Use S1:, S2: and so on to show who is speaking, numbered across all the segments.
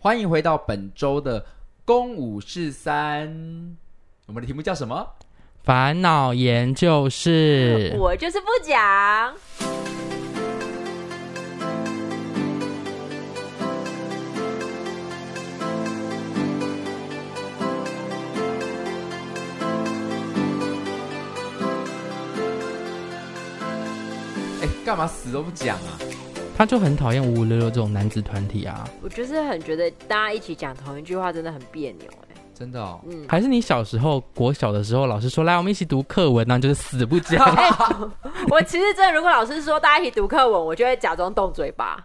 S1: 欢迎回到本周的公五是三，我们的题目叫什么？
S2: 烦恼研究室，
S3: 嗯我就是不讲。
S1: 哎，干嘛死都不讲啊？
S2: 他就很讨厌五五六六这种男子团体啊。
S3: 我就是很觉得大家一起讲同一句话真的很别扭哎、
S1: 真的 哦，
S3: 嗯，
S2: 还是你小时候国小的时候，老师说来我们一起读课文，然后你就是死不 讲。
S3: 哎我其实真的，如果老师说大家一起读课文，我就会假装动嘴巴。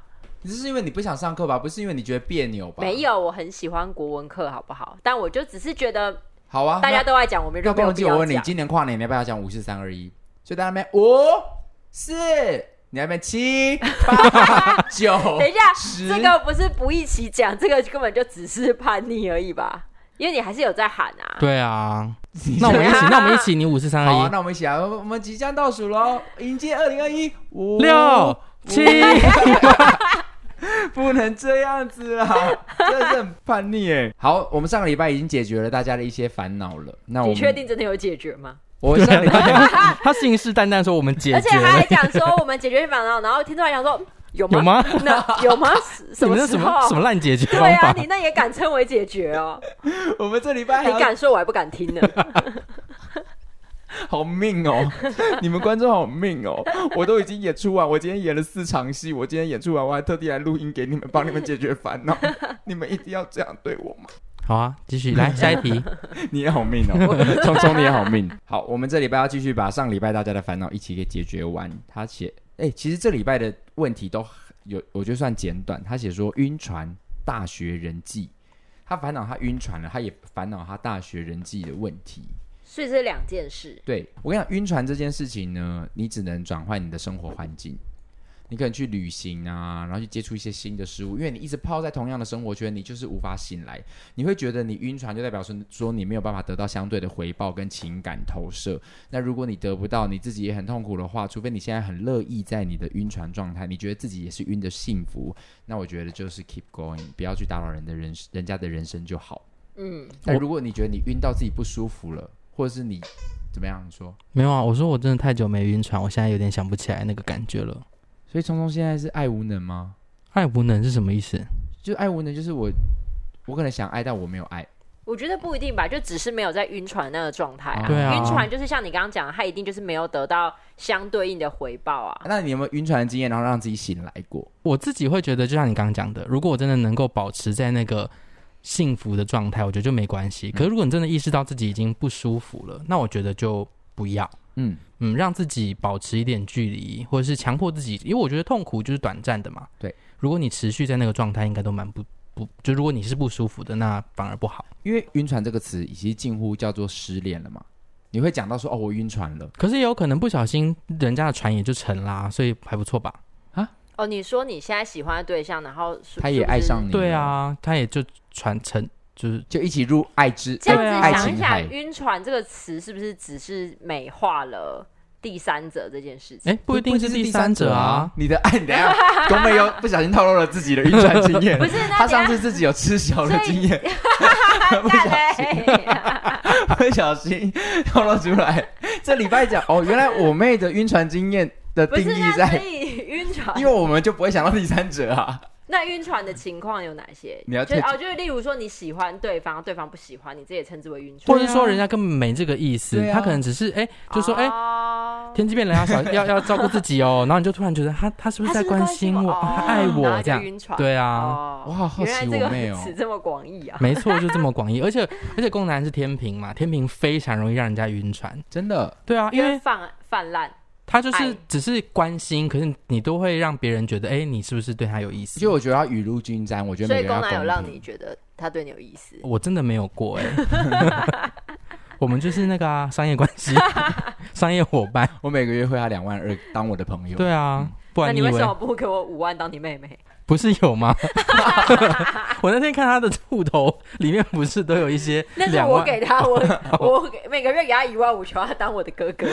S1: 你这是因为你不想上课吧？不是因为你觉得别扭吧？
S3: 没，有，我很喜欢国文课，好不好？但我就只是觉得
S1: 好啊，
S3: 大家
S1: 那
S3: 都爱讲，我们就
S1: 要
S3: 没有
S1: 忘
S3: 必
S1: 记我
S3: 要
S1: 问你，
S3: 讲。
S1: 今年跨年你要不要讲五四三二一？就在那边五四，你那边七八九，
S3: 等一下，
S1: 十
S3: 这个不是不一起讲，这个根本就只是叛逆而已吧？因为你还是有在喊啊。
S2: 对啊，
S1: 你
S2: 那我 们一起，
S3: 啊
S2: 那我们一起，你五四三
S1: 好啊
S2: 二，
S1: 那我们一起来，我我们即将倒数喽，迎接二零二一五
S2: 一，六七，
S1: 不能这样子啦， 真的是很叛逆哎。好，我们上个礼拜已经解决了大家的一些烦恼了。那啊我
S3: 你
S1: 们
S3: 确？定真的有解决吗？
S1: 我上个礼 拜
S2: 他信誓旦旦说我们解
S3: 而且
S2: 决
S3: 他还
S2: 了，
S3: 讲说我们解决烦恼，然后听众还讲说有 吗？
S2: 有吗？
S3: 那有 吗？什
S2: 你
S3: 么
S2: 们这
S3: 时
S2: 什
S3: 候？
S2: 么什么烂解决
S3: 对
S2: 方
S3: 啊，
S2: 法？
S3: 你那也敢称为解决哦？
S1: 我们这礼拜还
S3: 你
S1: 要
S3: 敢说，我还不敢听呢。
S1: 好命哦！你们观众好命哦！我都已经演出完，我今天演了四场戏，我今天演出完，我还特地来录音给你们，帮你们解决烦 恼。你们一定要这样对我吗？
S2: 好啊，继续来下一题。
S1: 你也好命哦，聪聪你也好命。好，我们这礼拜要继续把上礼拜大家的烦恼一起给解决完。他写，哎、其实这礼拜的问题都有，我觉得算简短。他写说晕船、大学人际，他烦恼他晕船了，他也烦恼他大学人际的问题。
S3: 所以这是两件事。
S1: 对我跟你讲，晕船这件事情呢，你只能转换你的生活环境，你可能去旅行啊，然后去接触一些新的事物，因为你一直泡在同样的生活圈，你就是无法醒来。你会觉得你晕船，就代表说说你没有办法得到相对的回报跟情感投射。那如果你得不到，你自己也很痛苦的话，除非你现在很乐意在你的晕船状态，你觉得自己也是晕的幸福，那我觉得就是 keep going，不要去打扰人的人人家的人生就好。
S3: 嗯，
S1: 但如果你觉得你晕到自己不舒服了，或者是你怎么样你说？
S2: 没有啊，我说我真的太久没晕船，我现在有点想不起来那个感觉了。
S1: 所以聪聪现在是爱无能吗？
S2: 爱无能是什么意思？
S1: 就爱无能，就是我，我可能想爱，但我没有爱。
S3: 我觉得不一定吧，就只是没有在晕船那个状态啊。
S2: 对啊
S3: 晕船就是像你刚刚讲的，他一定就是没有得到相对应的回报啊。
S1: 那你有没有晕船的经验，然后让自己醒来过？
S2: 我自己会觉得，就像你刚刚讲的，如果我真的能够保持在那个幸福的状态，我觉得就没关系。可是如果你真的意识到自己已经不舒服了，那我觉得就不要，
S1: 嗯，
S2: 嗯，让自己保持一点距离，或者是强迫自己，因为我觉得痛苦就是短暂的嘛。
S1: 对，
S2: 如果你持续在那个状态，应该都蛮不不，就如果你是不舒服的，那反而不好。
S1: 因为晕船这个词其实近乎叫做失恋了嘛。你会讲到说，哦，我晕船了。
S2: 可是也有可能不小心，人家的船也就沉啦，所以还不错吧。
S3: 哦，你说你现在喜欢的对象，然后是
S1: 他也爱上，
S3: 是
S1: 你，
S2: 对，啊，他也就传承，就是
S1: 就一起入爱之
S3: 不是这
S2: 对
S3: 样
S2: 啊
S3: 子
S1: 爱
S3: 想一
S1: 情
S3: 想，
S1: 海。
S3: 晕船这个词是不是只是美化了第三者这件事情？
S2: 哎，不一定是第三者啊。，
S1: 你的爱，你等一下，宫妹又不小心透露了自己的晕船经验。
S3: 不是那
S1: 她上
S3: 等
S1: 次自己有吃小的
S3: 所以
S1: 经验，
S3: 啊干
S1: 啊
S3: 嘞！
S1: 不小心透露出来。这礼拜讲哦，原来我妹的晕船经验的
S3: 不
S1: 定
S3: 是
S1: 义
S3: 那所
S1: 在，
S3: 以晕 船
S1: 因为我们就不会想到第三者啊。
S3: 那晕船的情况有哪些？
S1: 你要
S3: 就
S1: 再
S3: 哦，就是例如说你喜欢对方，对方不喜欢你，这也称之为晕船。
S2: 或者说人家根本没这个意思，
S1: 对啊
S2: 他可能只是哎、就说哎、
S3: 哦
S2: 天气变冷要小要要照顾自己 哦，然后你就突然觉得他他是不是
S3: 他
S2: 在
S3: 是不是
S2: 关
S3: 关
S2: 心
S3: 心
S2: 我，
S3: 我，
S2: 哦他爱
S3: 然后
S2: 我
S3: 就
S2: 这样？
S3: 晕船。
S2: 对啊，
S3: 哦，
S1: 我好好奇
S3: 原来这个
S1: 我妹哦
S3: 词这么广义啊！
S2: 没错，就这么广 义，而且而且宫南是天平嘛，天平非常容易让人家晕船。
S1: 真的，
S2: 对啊，因
S3: 因
S2: 为
S3: 为泛泛滥，
S2: 他就是
S3: 爱
S2: 只是关心，可是你都会让别人觉得哎、你是不是对他有意思？
S1: 就我觉得要雨露均沾，我觉得
S3: 所
S1: 每
S3: 以
S1: 个
S3: 宫
S1: 人
S3: 男有
S1: 要
S3: 让
S1: 公
S3: 你
S1: 平。
S3: 觉得他对你有意思。
S2: 我真的没有过哎、 我们就是那个啊，商业关系，商业伙伴。
S1: 我每个月会他两万二当我的朋友，
S2: 对啊，不
S3: 嗯那
S2: 然
S3: 你
S2: 以
S3: 为
S2: 为
S3: 什么不给我五万当你妹 妹？
S2: 不是有吗？我那天看他的户头里面不是都有一些
S3: 那是
S2: 两
S3: 我
S2: 万，
S3: 给他， 我我给每个月给他一万五，求他当我的哥哥。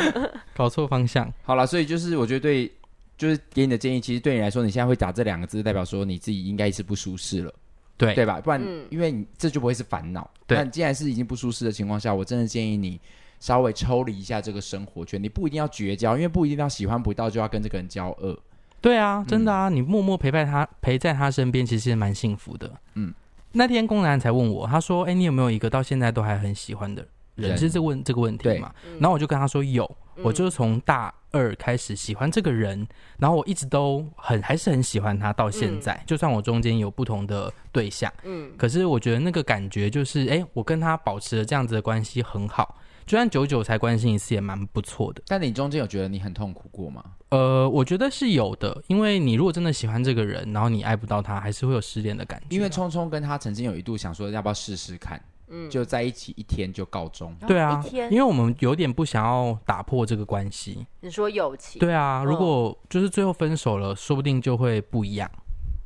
S2: 搞错方向。
S1: 好了，所以就是我觉得对，就是给你的建议，其实对你来说，你现在会打这两个字，代表说你自己应该是不舒适了。
S2: 对
S1: 对吧？不然
S4: 嗯
S1: 因为你这就不会是烦恼。
S2: 哎对
S1: 那你既然是已经不舒适的情况下，我真的建议你稍微抽离一下这个生活圈，你不一定要绝交，因为不一定要喜欢不到就要跟这个人交恶。
S2: 对啊，真的啊，
S1: 嗯
S2: 你默默陪伴他，陪在他身边，其实也蛮幸福的。
S1: 嗯，
S2: 那天公男才问我，他说：“哎、你有没有一个到现在都还很喜欢的人？”
S1: 人嗯
S2: 是这问这个问题嘛？然后我就跟他说有，我就是从大二开始喜欢这个人，然后我一直都很还是很喜欢他，到现
S1: 嗯
S2: 在，就算我中间有不同的对象，
S4: 嗯
S2: 可是我觉得那个感觉就是，哎、我跟他保持了这样子的关系很好，就算久久才关心一次也蛮不错的。
S1: 但你中间有觉得你很痛苦过吗？
S2: 呃，我觉得是有的，因为你如果真的喜欢这个人，然后你爱不到他，还是会有失恋的感觉。
S1: 因为聪聪跟他曾经有一度想说要不要试试看，
S4: 嗯，
S1: 就在一起一天就告终。
S2: 对啊
S4: 一，天
S2: 因为我们有点不想要打破这个关系。
S4: 你说友情，
S2: 对啊，如果就是最后分手了，说不定就会不一样。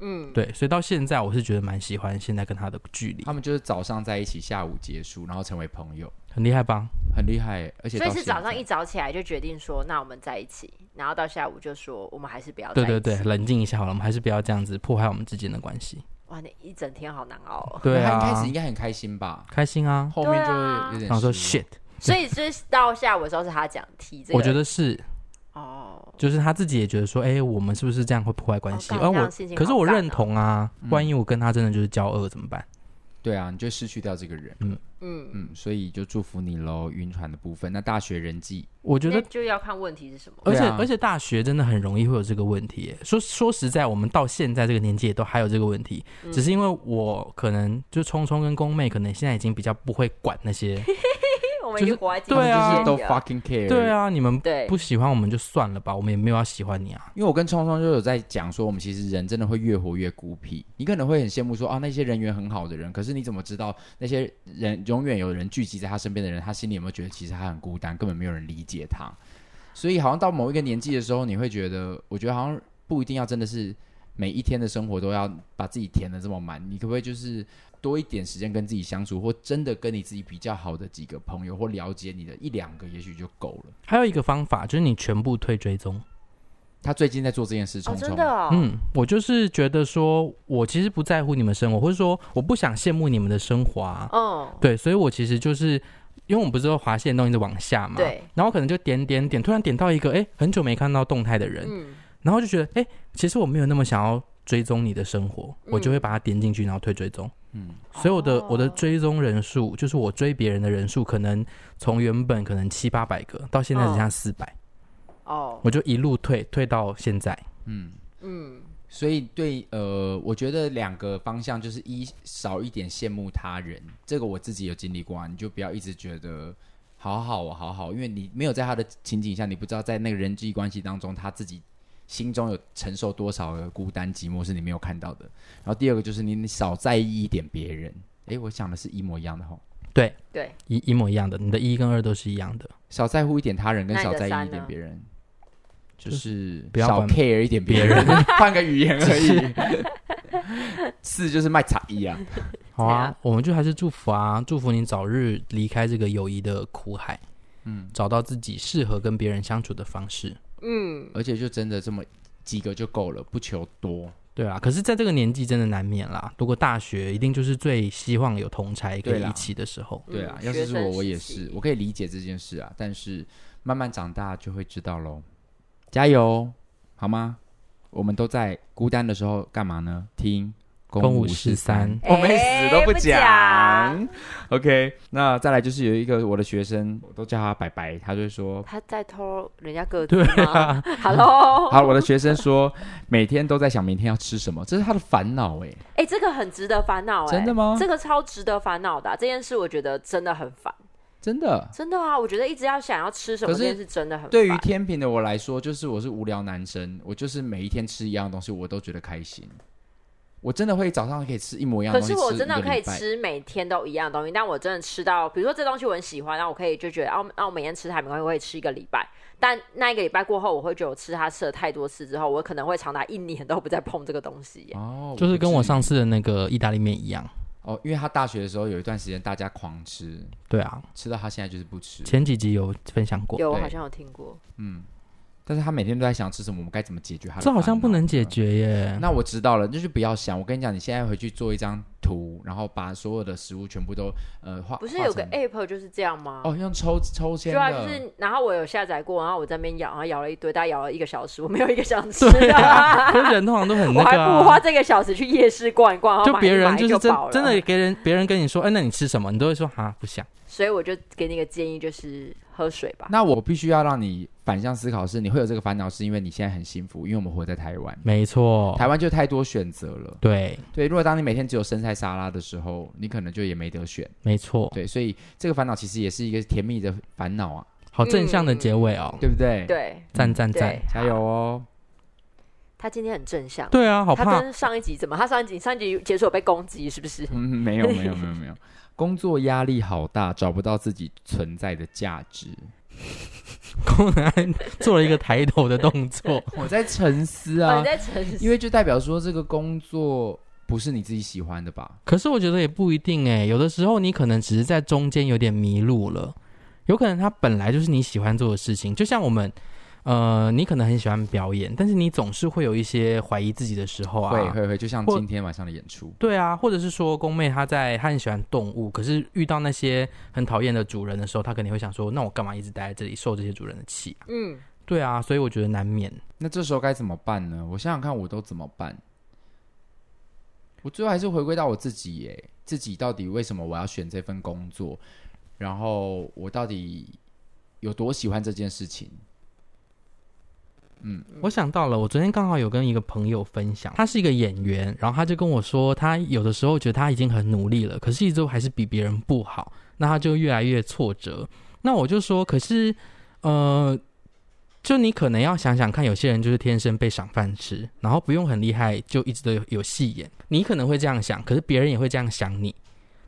S4: 嗯，
S2: 对，所以到现在我是觉得蛮喜欢现在跟他的距离
S1: 他，们就是早上在一起，下午结束，然后成为朋友，
S2: 很厉害吧？
S1: 很厉害耶。而且
S4: 所以
S1: 到
S4: 是
S1: 现
S4: 早上
S1: 在
S4: 一早起来就决定说，那我们在一起，然后到下午就说我们还是不要在
S2: 对
S4: 一起。
S2: 对对，冷静一下好了，我们还是不要这样子破坏我们之间的关系。
S4: 哇，那一整天好难熬、 哦。
S2: 对
S1: 那他一
S2: 啊
S1: 开始，应该很开心吧，
S2: 开心啊，
S1: 后面就会有点
S2: 想说
S1: 失
S2: shit，
S1: 望
S4: 所以就是到下午的时候是他讲提这个，
S2: 我觉得是
S4: 哦，
S2: 就是他自己也觉得说，哎、我们是不是这样会破坏关系？
S4: 哦
S2: 而
S4: 干这
S2: 我
S4: 样心情
S2: 可是
S4: 好
S2: 我
S4: 干
S2: 认同啊，
S1: 嗯
S2: 万一我跟他真的就是交恶怎么办？
S1: 对啊，你就失去掉这个人。
S4: 嗯，
S1: 嗯，所以就祝福你喽，晕船的部分。那大学人际，
S2: 我觉
S4: 那
S2: 得，
S4: 就要看问题是什么。
S2: 而
S1: 对
S2: 且、
S1: 啊
S2: 而且大学真的很容易会有这个问题耶。说说实在，我们到现在这个年纪也都还有这个问题，
S4: 嗯
S2: 只是因为我可能就聪聪跟宫妹，可能现在已经比较不会管 那些。
S4: 我们已
S2: 就
S4: 经
S2: 是
S4: 活在今
S2: 对啊
S1: 他
S4: 天
S1: 们就是
S4: 了
S1: 都 fucking care。
S2: 对，啊，你们
S4: 对
S2: 不喜欢我们就算了吧，我们也没有要喜欢你啊。
S1: 因为我跟聪聪就有在讲说，我们其实人真的会越活越孤僻。你可能会很羡慕说啊，那些人缘很好的人，可是你怎么知道那些哎人永远有人聚集在他身边的人，他心里有没有觉得其实他很孤单，根本没有人理解他？所以好像到某一个年纪的时候，你会觉得，我觉得好像不一定要真的是每一天的生活都要把自己填的这么满，你可不可以就是多一点时间跟自己相处，或真的跟你自己比较好的几个朋友，或了解你的一两个，也许就够了。
S2: 还有一个方法就是你全部退追踪。
S1: 他最近在做这件事，
S4: 哦，
S1: 聪
S4: 真
S1: 聪、
S4: 的哦，
S2: 嗯，我就是觉得说，我其实不在乎你们生活，或者说我不想羡慕你们的生活啊。
S4: 嗯，
S2: 对，所以我其实就是因为我们不是都滑线动一直往下嘛，
S4: 对，
S2: 然后可能就点点点，突然点到一个哎很久没看到动态的人，
S4: 嗯，
S2: 然后就觉得哎其实我没有那么想要追踪你的生活，我就会把它点进去，然后退追踪。
S1: 嗯，
S2: 所以我的、我
S4: 嗯
S2: 的
S4: 哦
S2: 追踪人数，就是我追别人的人数，可能从原本可能七八百个，到现在只
S4: 哦
S2: 剩四百、
S4: 哦，
S2: 我就一路退退到现在。
S1: 嗯。
S4: 嗯，
S1: 所以对呃，我觉得两个方向就是一少一点羡慕他人，这个我自己有经历过啊，你就不要一直觉得好好哦好好，因为你没有在他的情景下，你不知道在那个人际关系当中他自己心中有承受多少的孤单寂寞是你没有看到的。然后第二个就是你你少在意一点别人，诶，我想的是一模一样的吼，
S2: 对，
S4: 对，
S2: 一一模一样的，你的一跟二都是一样的。
S1: 少在乎一点他人跟
S4: 那你
S1: 少
S4: 的
S1: 在意一
S4: 三
S1: 点
S4: 呢
S1: 别人。就是
S2: 不要
S1: 少
S2: 管
S1: care 一点别人， 换个语言而已。四就是卖茶一啊，
S2: 好
S4: 怎
S2: 啊
S4: 样，
S2: 我们就还是祝福啊，祝福你早日离开这个友谊的苦海，嗯，找到自己适合跟别人相处的方式。
S4: 嗯，
S1: 而且就真的这么几个就够了，不求多。
S2: 对啊，可是在这个年纪真的难免啦。如果大学一定就是最希望有同才可
S1: 对
S2: 以
S1: 啦
S2: 一起的时候，
S1: 对啊，
S4: 嗯
S1: 要
S4: 学
S1: 是是我，
S4: 生
S1: 我
S4: 时
S1: 也
S4: 期
S1: 是，我可以理解这件事啊，但是慢慢长大就会知道喽。加油，好吗？我们都在孤单的时候干嘛呢？听《
S2: 公
S1: 五
S2: 五十三
S1: 三》， 我们
S4: 哎
S1: 死都
S4: 不
S1: 讲
S4: 讲。
S1: OK，那再来就是有一个我的学生，我都叫他白白，他就会说
S4: 他在偷人家个子吗？Hello，
S1: 好，我的学生说，每天都在想明天要吃什么，这是他的烦恼哎。
S4: 哎、这个很值得烦恼、哎，
S1: 真的吗
S4: 这个超值得烦恼的啊、这件事我觉得真的很烦，
S1: 真的。
S4: 真的啊，我觉得一直要想要吃什么，
S1: 可
S4: 这
S1: 是
S4: 件事真的很烦。
S1: 对于天平的我来说，就是我是无聊男生，我就是每一天吃一样的东西，我都觉得开心。我真的会早上可以吃一模一样的
S4: 可
S1: 东西，
S4: 是我真的
S1: 一个
S4: 可以
S1: 礼拜。
S4: 吃每天都一样的东西，但我真的吃到，比如说这东西我很喜欢，然后我可以就觉得，哦、那我每天吃它没关系，我可以吃一个礼拜。但那一个礼拜过后，我会觉得我吃它吃了太多次之后，我可能会长达一年都不再碰这个东西耶。
S1: 哦，
S2: 就是跟我
S1: 不至于
S2: 上次的那个意大利面一样。
S1: 哦，因为他大学的时候有一段时间大家狂吃，
S2: 对啊，
S1: 吃到他现在就是不吃。
S2: 前几集有分享过。
S4: 有，我
S1: 对
S4: 好像有听过。
S1: 嗯，但是他每天都在想吃什么，我们该怎么解决他的
S2: 这好像
S1: 烦恼
S2: 不能解决啊耶。
S1: 那我知道了，那就不要想。我跟你讲，你现在回去做一张图，然后把所有的食物全部都呃画。
S3: 不是
S1: 画
S3: 有个
S1: 成
S3: app 就是这样吗？
S1: 哦，用抽抽签
S3: 对
S1: 的，
S3: 啊，就是，然后我有下载过，然后我在那边咬，然后咬了一堆，大概咬了一个小时，我没有一个想
S1: 哦
S3: 吃
S2: 对
S3: 的，
S2: 啊， 可是人通常都很
S3: 我
S2: 那
S3: 还
S2: 个、
S3: 不如花
S2: 啊。
S3: 这个小时去夜市逛一逛，然后
S2: 就
S3: 买一
S2: 别人
S3: 买
S2: 就
S3: 就是
S2: 真
S3: 饱了
S2: 真的，给人别人跟你说，哎，那你吃什么？你都会说哈不想。
S3: 所以我就给你一个建议，就是喝水吧。
S1: 那我必须要让你反向思考是，你会有这个烦恼，是因为你现在很幸福，因为我们活在台湾，
S2: 没错，
S1: 台湾就太多选择了。
S2: 对，
S1: 对，如果当你每天只有生菜沙拉的时候，你可能就也没得选。
S2: 没错，
S1: 对，所以这个烦恼其实也是一个甜蜜的烦恼啊，
S2: 好正向的结尾哦，
S1: 对不对？，
S3: 对
S2: 赞赞赞
S3: 对，，
S1: 加油哦！
S3: 他今天很正向。
S2: 对啊，好
S3: 他
S2: 怕
S3: 跟上一集怎么？他上一集上一集结束有被攻击是不是？
S1: 嗯，没有没有没有 没有，工作压力好大，找不到自己存在的价值。
S2: 宫南做了一个抬头的动作，
S1: 我在沉思
S3: 哦
S1: 啊
S3: 你，在沉思，
S1: 因为就代表说这个工作不是你自己喜欢的吧？
S2: 可是我觉得也不一定哎，有的时候你可能只是在中间有点迷路了，有可能它本来就是你喜欢做的事情，就像我们。呃，你可能很喜欢表演，但是你总是会有一些怀疑自己的时候啊。
S1: 会会会，就像
S2: 或
S1: 今天晚上的演出，
S2: 对啊，或者是说宫妹她在她很喜欢动物，可是遇到那些很讨厌的主人的时候，她肯定会想说，那我干嘛一直待在这里受这些主人的气、啊？
S3: 嗯，
S2: 对啊，所以我觉得难免。
S1: 那这时候该怎么办呢？我想想看，我都怎么办？我最后还是回归到我自己耶，自己到底为什么我要选这份工作？然后我到底有多喜欢这件事情？
S2: 我想到了，我昨天刚好有跟一个朋友分享，他是一个演员，然后他就跟我说，他有的时候觉得他已经很努力了，可是一直都还是比别人不好，那他就越来越挫折。那我就说，可是，呃，就你可能要想想看，有些人就是天生被赏饭吃，然后不用很厉害就一直都有有戏演，你可能会这样想，可是别人也会这样想你，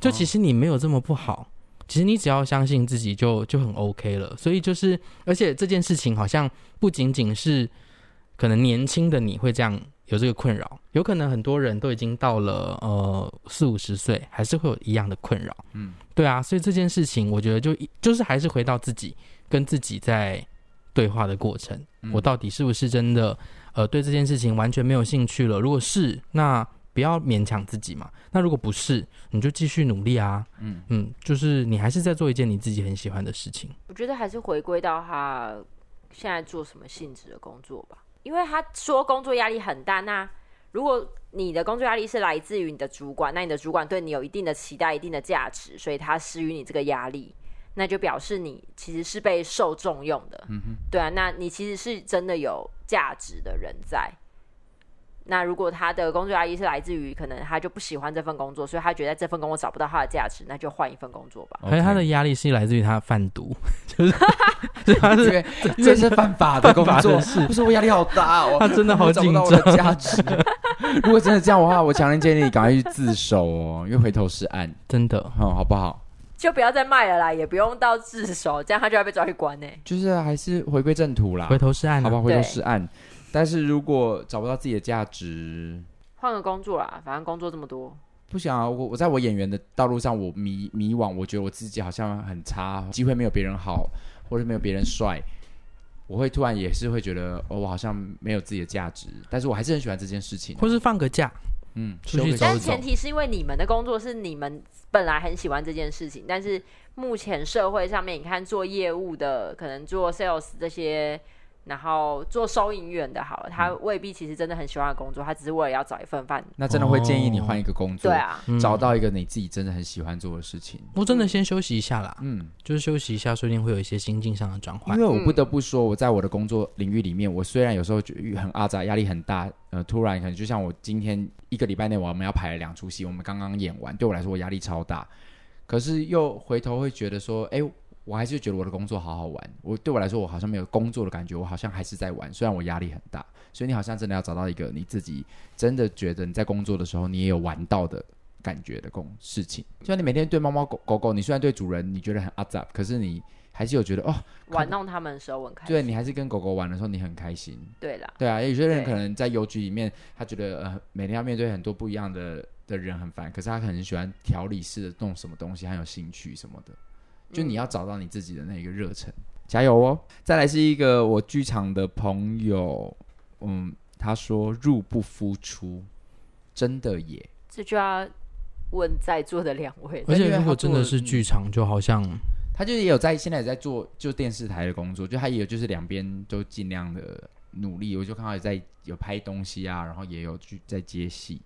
S2: 就其实你没有这么不好。其实你只要相信自己就就很 OK 了，所以就是，而且这件事情好像不仅仅是可能年轻的你会这样有这个困扰，有可能很多人都已经到了呃四五十岁，还是会有一样的困扰。
S1: 嗯，
S2: 对啊，所以这件事情我觉得就一就是还是回到自己跟自己在对话的过程，
S1: 嗯
S2: 我到底是不是真的呃对这件事情完全没有兴趣了？如果是，那不要勉强自己嘛。那如果不是，你就继续努力啊。
S1: 嗯
S2: 嗯，就是你还是在做一件你自己很喜欢的事情。
S3: 我觉得还是回归到他现在做什么性质的工作吧，因为他说工作压力很大，那如果你的工作压力是来自于你的主管，那你的主管对你有一定的期待、一定的价值，所以他施予你这个压力，那就表示你其实是被受重用的，
S1: 嗯哼，
S3: 对啊，那你其实是真的有价值的人在。那如果他的工作压力是来自于可能他就不喜欢这份工作，所以他觉得这份工作找不到他的价值，那就换一份工作吧。
S2: 还有他的
S1: OK
S2: 压力是来自于他贩毒， 就是就是他
S1: 因
S2: 是
S1: 为因为是犯法的工
S2: 犯法
S1: 作
S2: 的，事
S1: 不是我压力好大哦，
S2: 他真的好
S1: 我找不
S2: 紧
S1: 到我
S2: 张。
S1: 的价值。如果真的这样的话，我强烈建议你赶快去自首哦，因为回头是岸，
S2: 真的，
S1: 好、好不好？
S3: 就不要再卖了啦，也不用到自首，这样他就要被抓去关呢、
S1: 就是还是回归正途啦，
S2: 回头是岸、
S1: 好
S2: 啊，
S1: 吧，回头
S3: 对
S1: 是岸。但是如果找不到自己的价值，
S3: 换个工作啦，反正工作这么多，
S1: 不想啊，我我在我演员的道路上，我迷迷惘，我觉得我自己好像很差，机会没有别人好，或者没有别人帅，我会突然也是会觉得，哦，我好像没有自己的价值，但是我还是很喜欢这件事情。
S2: 或是放个假，
S1: 嗯，
S2: 出去
S1: 休个
S2: 走
S1: 小
S3: 但
S2: 一
S3: 是
S2: 走
S3: 前提是因为你们的工作是你们本来很喜欢这件事情，但是目前社会上面，你看做业务的，可能做 sales 这些，然后做收银员的，好了，他未必其实真的很喜欢的工作，他只是为了要找一份饭。
S1: 那真的会建议你换一个工作，
S3: 对啊，
S2: 嗯
S1: 找。到一个你自己真的很喜欢做的事情。
S2: 我真的先休息一下啦，
S1: 嗯，
S2: 就是休息一下，说不定会有一些心境上的转
S1: 因
S2: 换。
S1: 为我不得不说，我在我的工作领域里面，我虽然有时候觉得很阿杂，压力很大，呃，突然可能就像我今天一个礼拜内我们要排了两出戏，我们刚刚演完，对我来说我压力超大，可是又回头会觉得说，哎、我还是觉得我的工作好好玩，我对我来说我好像没有工作的感觉，我好像还是在玩，虽然我压力很大，所以你好像真的要找到一个你自己真的觉得你在工作的时候你也有玩到的感觉的工事情，就像你每天对猫猫狗狗狗，你虽然对主人你觉得很阿杂，可是你还是有觉得哦。
S3: 玩弄他们的时候，我很开
S1: 对
S3: 心。
S1: 你还是跟狗狗玩的时候，你很开心。
S3: 对啦，
S1: 对啊，有些人可
S3: 对
S1: 能在邮局里面，他觉得呃每天要面对很多不一样的的人很烦，可是他很喜欢调理式的弄什么东西，很有兴趣什么的。就你要找到你自己的那个热忱。加油哦！再来是一个我剧场的朋友，嗯，他说入不敷出，真的耶。
S4: 这就要问在座的两位了。
S2: 而
S1: 因为
S2: 且
S1: 他
S2: 如果真的
S1: 做
S2: 是
S1: 了
S2: 剧场，就好像
S1: 他就是也有在现在也在做就电视台的工作，就他也有就是两边都尽量的努力。我就看他也在有拍东西啊，然后也有去在接戏，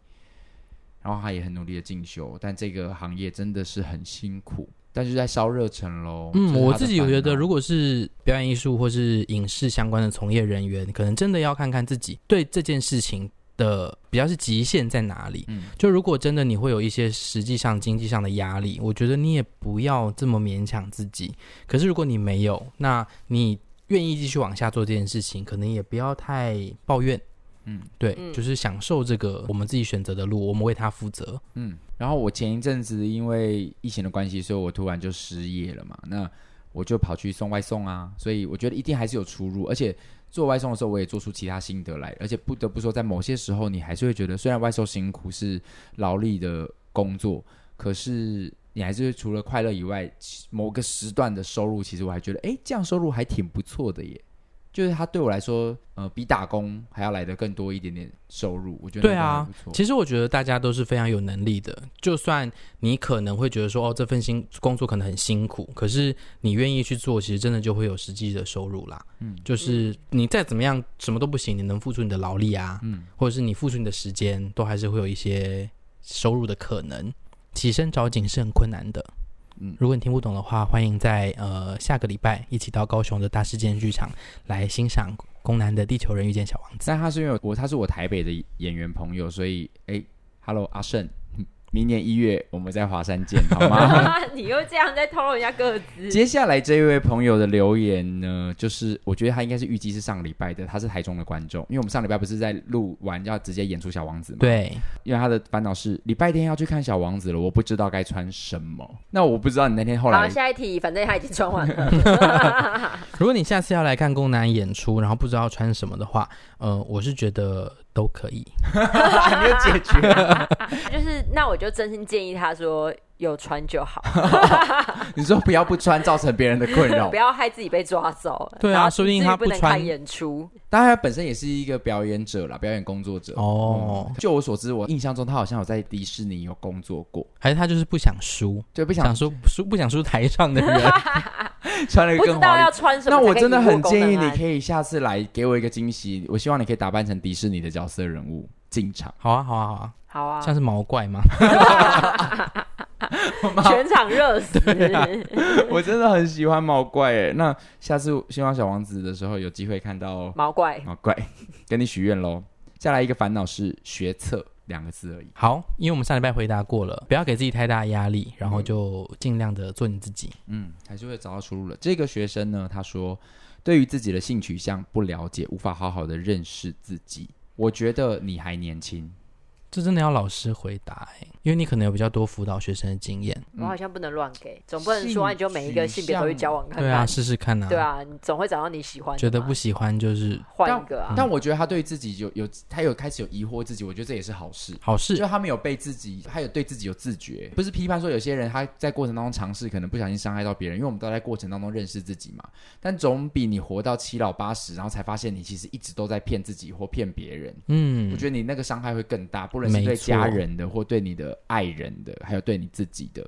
S1: 然后他也很努力的进修，但这个行业真的是很辛苦，但是在烧热忱喽。这
S2: 嗯，
S1: 是他
S2: 我
S1: 的
S2: 自己
S1: 烦
S2: 觉得，
S1: 恼
S2: 如果是表演艺术或是影视相关的从业人员，可能真的要看看自己对这件事情的比较是极限在哪里。
S1: 嗯
S2: 就如果真的你会有一些实际上经济上的压力，我觉得你也不要这么勉强自己。可是如果你没有，那你愿意继续往下做这件事情，可能也不要太抱怨。
S1: 嗯
S2: 对，
S4: 嗯
S2: 就是享受这个我们自己选择的路，我们为它负责。
S1: 嗯，然后我前一阵子因为疫情的关系，所以我突然就失业了嘛。那我就跑去送外送啊，所以我觉得一定还是有出入。而且做外送的时候，我也做出其他心得来。而且不得不说，在某些时候，你还是会觉得，虽然外送辛苦是劳力的工作，可是你还是会除了快乐以外，其某个时段的收入，其实我还觉得，哎，这样收入还挺不错的耶。就是它对我来说，呃，比打工还要来的更多一点点收入，我觉得
S2: 对啊
S1: 那个还不错。
S2: 其实我觉得大家都是非常有能力的，就算你可能会觉得说哦，这份辛工作可能很辛苦，可是你愿意去做，其实真的就会有实际的收入啦。
S1: 嗯
S2: 就是你再怎么样什么都不行，你能付出你的劳力啊，
S1: 嗯，
S2: 或者是你付出你的时间，都还是会有一些收入的可能。起身找景是很困难的。
S1: 嗯
S2: 如果你听不懂的话，欢迎在呃下个礼拜一起到高雄的大事件剧场来欣赏宫南的《地球人遇见小王子》。
S1: 但他是因为我他是我台北的演员朋友，所以哎，Hello 阿胜，明年一月我们在华山见，好吗？
S4: 你又这样在透露人家个资，
S1: 接下来这一位朋友的留言呢，就是我觉得他应该是预计是上个礼拜的，他是台中的观众，因为我们上礼拜不是在录完要直接演出小王子嘛，，
S2: 对，
S1: 因为他的烦恼是礼拜天要去看小王子了，我不知道该穿什么。那我不知道你那天后
S4: 好，
S1: 来
S4: 下一题，反正他已经穿完了。
S2: 如果你下次要来看宫南演出，然后不知道穿什么的话，呃，我是觉得都可以。
S1: 还没有解决，
S4: 就是那我就真心建议他说有穿就好，
S1: 你说不要不穿造成别人的困 扰
S4: 不，要害自己被抓走。
S2: 对啊
S4: 然后
S2: 说不定
S4: 至于
S2: 他
S4: 不
S2: 不
S4: 能
S2: 穿
S4: 看演出，
S1: 当然他本身也是一个表演者啦，表演工作者
S2: 哦
S1: 嗯就我所知，我印象中他好像有在迪士尼有工作过，
S2: 还是他就是不想输，
S1: 就不想
S2: 想输输不想输台上的 人。。
S1: 穿了一
S4: 不
S1: 个
S4: 知
S1: 更
S4: 道
S1: 华
S4: 要
S1: 丽。
S4: 穿什么。
S1: 那我真的很建议你
S4: 以。
S1: 可以下次来给我一个惊喜，我希望你可以打扮成迪士尼的角色人物进场
S2: 好啊，好啊，好
S4: 好啊
S2: 啊，，像是毛怪吗？
S4: 全场热死。
S1: 我真的很喜欢毛怪诶，那下次希望小王子的时候有机会看到
S4: 毛怪，
S1: 毛怪， 跟你许愿喽。再来一个烦恼是学测两个字而已。
S2: 好，因为我们上礼拜回答过了，不要给自己太大的压力，然后就尽量的做你自己。
S1: 嗯，还是会找到出路了。这个学生呢，他说对于自己的性取向不了解，无法好好的认识自己。我觉得你还年轻，
S2: 这真的要老师回答、欸，因为你可能有比较多辅导学生的经验。
S4: 我好像不能乱给，总不能说你就每一个性别都去交往看看。
S2: 对啊，试试看啊。啊
S4: 对，啊，你总会找到你喜欢的嘛。
S2: 觉得不喜欢就是
S4: 换一个
S3: 嗯
S4: 啊，
S1: 但我觉得他对自己有有，他有开始有疑惑自己，我觉得这也是好事。
S2: 好事
S1: 就。他没有被自己，他有对自己有自觉，不是批判说有些人他在过程当中尝试，可能不小心伤害到别人，因为我们都在过程当中认识自己嘛。但总比你活到七老八十，然后才发现你其实一直都在骗自己或骗别人。
S2: 嗯
S1: 我，觉得你那个伤害会更大，不论是
S2: 没
S1: 对家
S2: 错
S1: 人的，或对你的爱人的，还有对你自己的。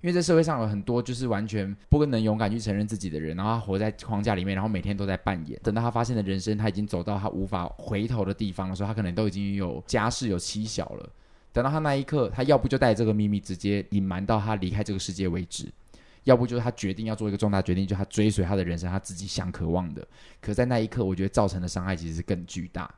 S1: 因为这社会上有很多就是完全不能勇敢去承认自己的人，然后他活在框架里面，然后每天都在扮演。等到他发现的人生他已经走到他无法回头的地方的时候，他可能都已经有家室有妻小了。等到他那一刻，他要不就带着这个秘密直接隐瞒到他离开这个世界为止，要不就是他决定要做一个重大决定，就他追随他的人生，他自己想渴望的。可在那一刻，我觉得造成的伤害其实是更巨大。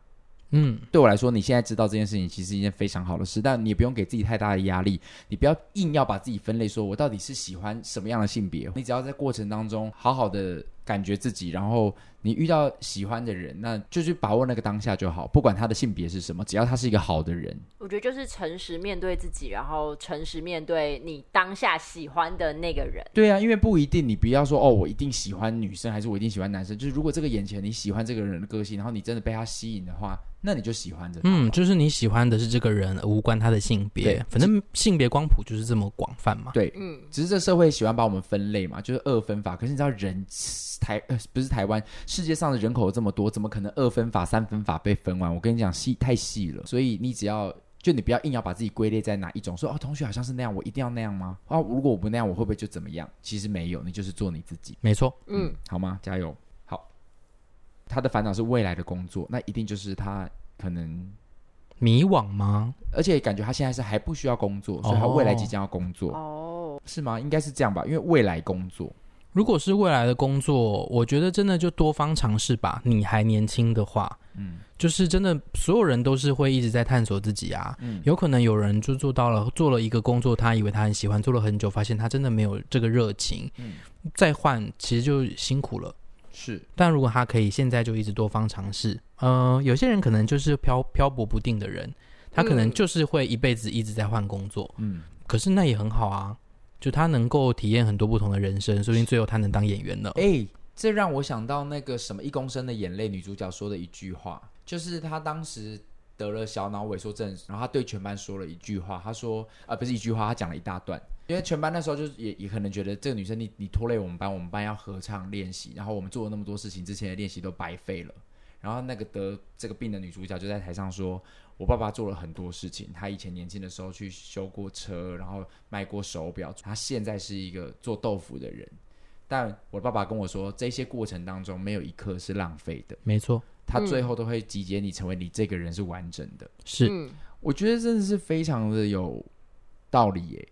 S2: 嗯，
S1: 对我来说，你现在知道这件事情，其实是一件非常好的事，但你也不用给自己太大的压力，你不要硬要把自己分类，说我到底是喜欢什么样的性别，你只要在过程当中好好的感觉自己，然后你遇到喜欢的人，那就去把握那个当下就好，不管他的性别是什么，只要他是一个好的人，
S4: 我觉得就是诚实面对自己，然后诚实面对你当下喜欢的那个人。
S1: 对啊，因为不一定，你不要说哦，我一定喜欢女生，还是我一定喜欢男生。就是如果这个眼前你喜欢这个人的个性，然后你真的被他吸引的话，那你就喜欢着他。
S2: 嗯，就是你喜欢的是这个人，无关他的性别
S1: 对，
S2: 反正性别光谱就是这么广泛嘛。
S1: 对，
S4: 嗯，
S1: 只是这社会喜欢把我们分类嘛，就是二分法。可是你知道人台呃不是台湾，世界上的人口这么多，怎么可能二分法、三分法被分完？我跟你讲，细太细了，所以你只要。就你不要硬要把自己归类在哪一种，说哦，同学好像是那样，我一定要那样吗？啊，如果我不那样，我会不会就怎么样？其实没有，你就是做你自己。
S2: 没错，
S4: 嗯，
S1: 好吗？加油！好，他的烦恼是未来的工作，那一定就是他可能，
S2: 迷惘吗？
S1: 而且感觉他现在是还不需要工作，所以他未来即将要工作，
S4: 哦，
S1: 是吗？应该是这样吧，因为未来工作，
S2: 如果是未来的工作，我觉得真的就多方尝试吧。你还年轻的话，
S1: 嗯
S2: 就是真的所有人都是会一直在探索自己啊。
S1: 嗯，
S2: 有可能有人就做到了，做了一个工作，他以为他很喜欢，做了很久，发现他真的没有这个热情，
S1: 嗯
S2: 再换其实就辛苦了。
S1: 是
S2: 但如果他可以现在就一直多方尝试，呃，有些人可能就是漂漂泊不定的人，他可能
S4: 嗯
S2: 就是会一辈子一直在换工作，
S1: 嗯，
S2: 可是那也很好啊，就他能够体验很多不同的人生，说不定最后他能当演员呢。
S1: 哎、这让我想到那个什么《一公升的眼泪》女主角说的一句话，就是她当时得了小脑萎缩症，然后她对全班说了一句话，她说啊、不是一句话，她讲了一大段。因为全班那时候就是也也可能觉得这个女生你你拖累我们班，我们班要合唱练习，然后我们做了那么多事情，之前的练习都白费了。然后那个得这个病的女主角就在台上说：“我爸爸做了很多事情，他以前年轻的时候去修过车，然后卖过手表，他现在是一个做豆腐的人。但我爸爸跟我说，这些过程当中没有一刻是浪费的，
S2: 没错，
S1: 他最后都会集结你成为你这个人是完整的。
S2: 是、
S4: 嗯，
S1: 我觉得真的是非常的有道理耶。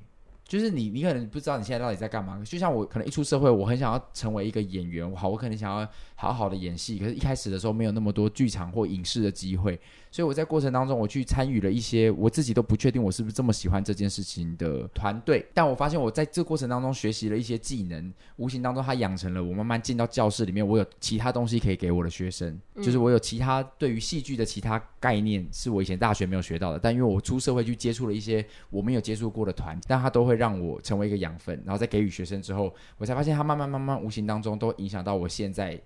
S1: 就是你，你可能不知道你现在到底在干嘛。就像我可能一出社会，我很想要成为一个演员，我好，我可能想要好好的演戏。可是，一开始的时候没有那么多剧场或影视的机会，所以我在过程当中，我去参与了一些我自己都不确定我是不是这么喜欢这件事情的团队。但我发现我在这过程当中学习了一些技能，无形当中它养成了我慢慢进到教室里面，我有其他东西可以给我的学生，就是我有其他对于戏剧的其他概念是我以前大学没有学到的，但因为我出社会去接触了一些我没有接触过的团，但它都会让我成为一个养分，然后在给予学生之后，我才发现它慢慢慢慢无形当中都影响到我现在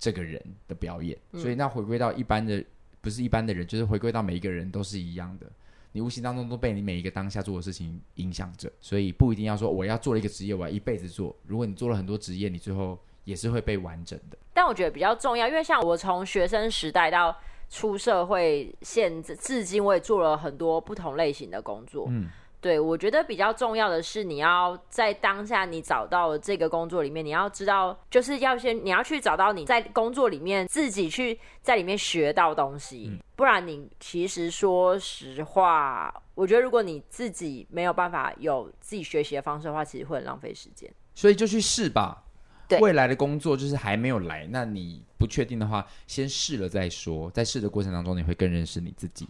S1: 这个人的表演，所以那回归到一般的不是一般的人，就是回归到每一个人都是一样的。你无形当中都被你每一个当下做的事情影响着，所以不一定要说我要做一个职业，我要一辈子做。如果你做了很多职业，你最后也是会被完整的。
S4: 但我觉得比较重要，因为像我从学生时代到出社会，现在至今我也做了很多不同类型的工作。
S1: 嗯，
S4: 对我觉得比较重要的是，你要在当下你找到这个工作里面，你要知道，就是要先你要去找到你在工作里面自己去在里面学到东西，不然你其实说实话，我觉得如果你自己没有办法有自己学习的方式的话，其实会很浪费时间。
S1: 所以就去试吧。
S4: 对
S1: 未来的工作就是还没有来，那你不确定的话，先试了再说。在试的过程当中，你会更认识你自己，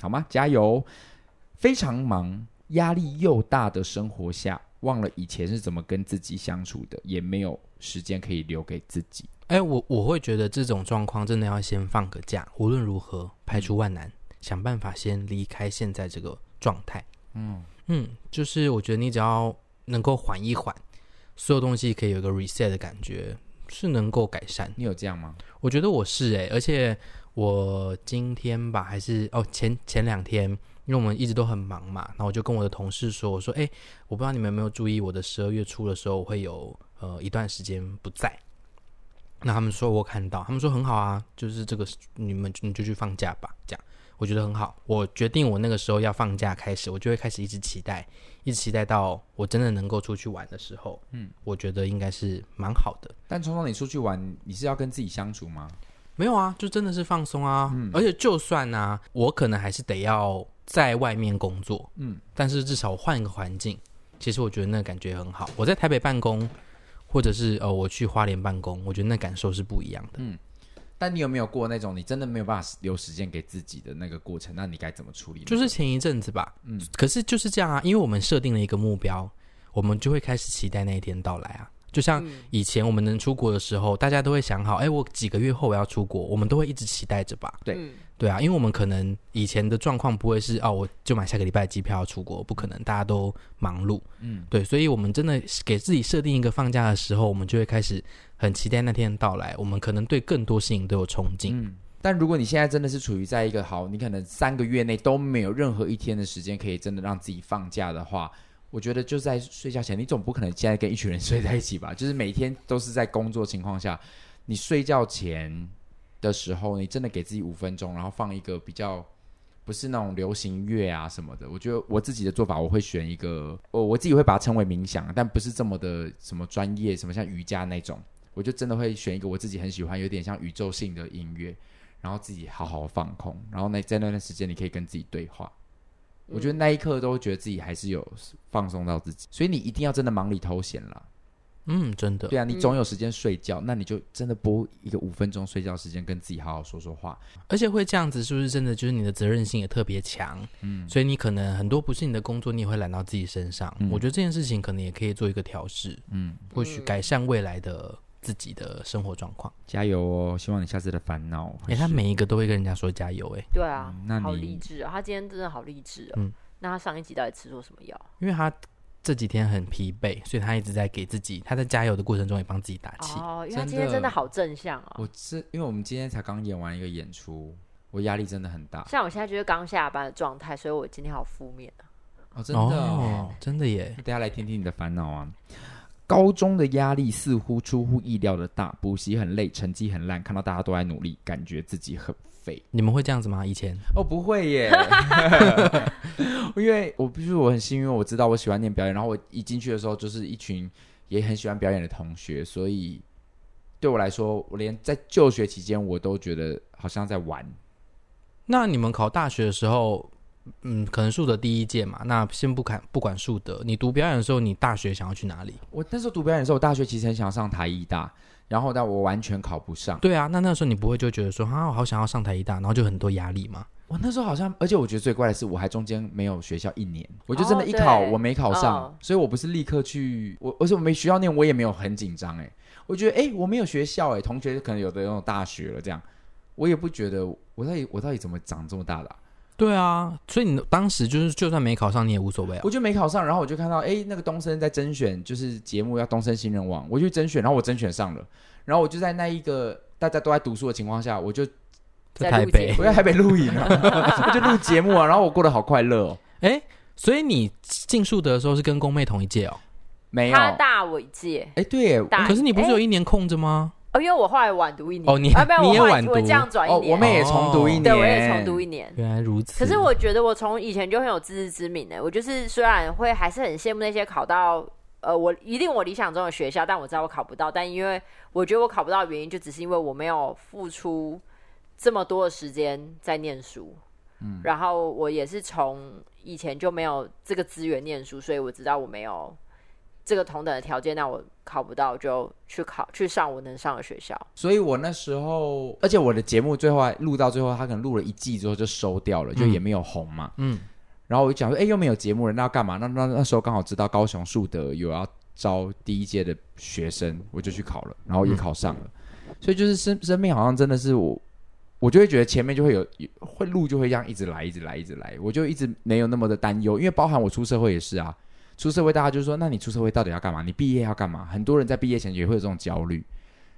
S1: 好吗？加油！非常忙、压力又大的生活下，忘了以前是怎么跟自己相处的，也没有时间可以留给自己。
S2: 哎、我我会觉得这种状况真的要先放个假，无论如何排除万难，想办法先离开现在这个状态。嗯嗯，就是我觉得你只要能够缓一缓，所有东西可以有一个 reset 的感觉，是能够改善。
S1: 你有这样吗？
S2: 我觉得我是哎、而且我今天吧，还是哦前前两天，因为我们一直都很忙嘛，然后我就跟我的同事说，我说哎、我不知道你们有没有注意，我的十二月初的时候我会有呃一段时间不在。那他们说我看到，他们说很好啊，就是这个你们你就去放假吧，这样我觉得很好。我决定我那个时候要放假开始，我就会开始一直期待，一直期待到我真的能够出去玩的时候，嗯，我觉得应该是蛮好的。
S1: 但聪聪，你出去玩，你是要跟自己相处吗？
S2: 没有啊，就真的是放松啊。而且就算啊，我可能还是得要在外面工作，嗯，但是至少我换一个环境，其实我觉得那感觉很好。我在台北办公，或者是呃我去花莲办公，我觉得那感受是不一样的。
S1: 但你有没有过那种你真的没有办法留时间给自己的那个过程？那你该怎么处理呢？
S2: 就是前一阵子吧，嗯，可是就是这样啊，因为我们设定了一个目标，我们就会开始期待那一天到来啊。就像以前我们能出国的时候，大家都会想好，哎，我几个月后我要出国，我们都会一直期待着吧。
S1: 对
S4: 嗯
S2: 对啊，因为我们可能以前的状况不会是哦，我就买下个礼拜的机票要出国，不可能，大家都忙碌。嗯，对，所以我们真的给自己设定一个放假的时候，我们就会开始很期待那天的到来。我们可能对更多事情都有憧憬。
S1: 但如果你现在真的是处于在一个好，你可能三个月内都没有任何一天的时间可以真的让自己放假的话，我觉得就在睡觉前，你总不可能现在跟一群人睡在一起吧？ 就是每天都是在工作情况下，你睡觉前的时候，你真的给自己五分钟，然后放一个比较。不是那种流行乐啊什么的，我觉得我自己的做法，我会选一个，哦我我自己会把它称为冥想，但不是这么的什么专业，什么像瑜伽那种，我就真的会选一个我自己很喜欢，有点像宇宙性的音乐，然后自己好好放空，然后那在那段时间你可以跟自己对话。我觉得那一刻都会觉得自己还是有放松到自己，所以你一定要真的忙里偷闲啦。
S2: 嗯，真的。
S1: 对啊，你总有时间睡觉，那你就真的拨一个五分钟睡觉时间，跟自己好好说说话。
S2: 而且会这样子，是不是真的就是你的责任心也特别强？嗯，所以你可能很多不是你的工作，你也会揽到自己身上。我觉得这件事情可能也可以做一个调试，
S1: 嗯，
S2: 或许改善未来的自己的生活状况。
S1: 加油哦！希望你下次的烦恼会
S2: 哎、他
S1: 是
S2: 每一个都会跟人家说加油、哎，
S4: 对啊
S1: 嗯那，
S4: 好
S1: 你
S4: 励志啊！他今天真的好励志啊
S2: 嗯。
S4: 那他上一集到底吃错什么药？
S2: 因为他这几天很疲惫，所以他一直在给自己，他在加油的过程中也帮自己打气。
S4: 哦，因为他
S1: 真
S4: 今天
S1: 的
S4: 真的好正向啊！
S1: 我是因为我们今天才刚演完一个演出，我压力真的很大
S4: 像我现在就是刚下班的状态，所以我今天好负面啊。
S1: 哦，真的哦、
S2: 哦真的耶！
S1: 大家来听听你的烦恼啊。高中的压力似乎出乎意料的大，补习很累，成绩很烂，看到大家都在努力，感觉自己很废。
S2: 你们会这样子吗？以前
S1: 哦，不会耶，因为我必须我很幸运，我知道我喜欢念表演，然后我一进去的时候就是一群也很喜欢表演的同学，所以对我来说，我连在就学期间我都觉得好像在玩。
S2: 那你们考大学的时候，嗯，可能树德第一届嘛，那先不管不管树德，你读表演的时候，你大学想要去哪里？
S1: 我那时候读表演的时候，我大学其实很想上台艺大，然后但我完全考不上。
S2: 对啊，那那时候你不会就觉得说啊，我好想要上台一大，然后就很多压力吗？
S1: 我那时候好像，而且我觉得最怪的是，我还中间没有学校一年，我就真的
S4: 哦
S1: 一考、
S4: 对
S1: 我没考上，
S4: 嗯
S1: 所以我不是立刻去，我而且我没学校念，我也没有很紧张哎，我觉得哎、我没有学校哎、同学可能有的那种大学了这样，我也不觉得我到底我到底怎么长这么大的啊、
S2: 对啊，所以你当时就是就算没考上你也无所谓啊
S1: 我。就没考上，然后我就看到哎、那个东升在甄选，就是节目要东升新人王，我去甄选，然后我甄选上了，然后我就在那一个大家都在读书的情况 下，我就
S2: 在
S4: 在
S2: 台
S4: 录
S2: 北
S4: 节，
S1: 我在台北录影啊， 我就录节目啊，然后我过得好快乐哦，
S2: 哎，所以你进树德的时候是跟宫妹同一届哦，
S1: 没有。
S4: 他大我一届，
S1: 哎、对耶，
S4: 大
S2: 可是你不是有
S4: 哎
S2: 一年空着吗？
S4: 哦，因为我后来晚读一年
S2: 哦你
S4: 啊，没有
S2: 你也
S4: 我后来
S2: 晚读
S4: 我这样转一
S1: 哦，
S4: 年，
S1: 我们也重读一年，
S4: 对我也重读一年。
S2: 原来如此。
S4: 可是我觉得我从以前就很有自知之明的、欸我就是虽然会还是很羡慕那些考到呃我一定我理想中的学校，但我知道我考不到，但因为我觉得我考不到的原因，就只是因为我没有付出这么多的时间在念书。嗯，然后我也是从以前就没有这个资源念书，所以我知道我没有这个同等的条件，那我考不到就去考去上我能上的学校。
S1: 所以我那时候，而且我的节目最后还录到最后，他可能录了一季之后就收掉了，就也没有红嘛。
S2: 嗯，
S1: 然后我就想说，哎，又没有节目了，那要干嘛？那那那时候刚好知道高雄树德有要招第一届的学生，我就去考了，然后也考上了。所以就是生生命好像真的是我，我就会觉得前面就会有有会路就会这样一直来，一直来，一直来，我就一直没有那么的担忧，因为包含我出社会也是啊。出社会，大家就说：“那你出社会到底要干嘛？你毕业要干嘛？”很多人在毕业前也会有这种焦虑。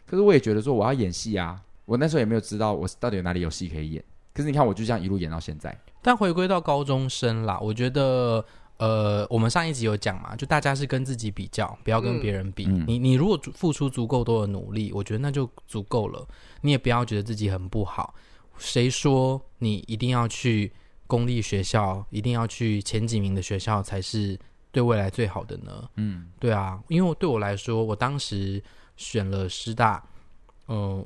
S1: 可是我也觉得说我要演戏啊，我那时候也没有知道我到底有哪里有戏可以演。可是你看，我就这样一路演到现在。
S2: 但回归到高中生啦，我觉得。呃，我们上一集有讲嘛，就大家是跟自己比较，不要跟别人比。你你如果足付出足够多的努力，我觉得那就足够了。你也不要觉得自己很不好。谁说你一定要去公立学校，一定要去前几名的学校才是对未来最好的呢？嗯，对啊，因为对我来说，我当时选了师大，嗯、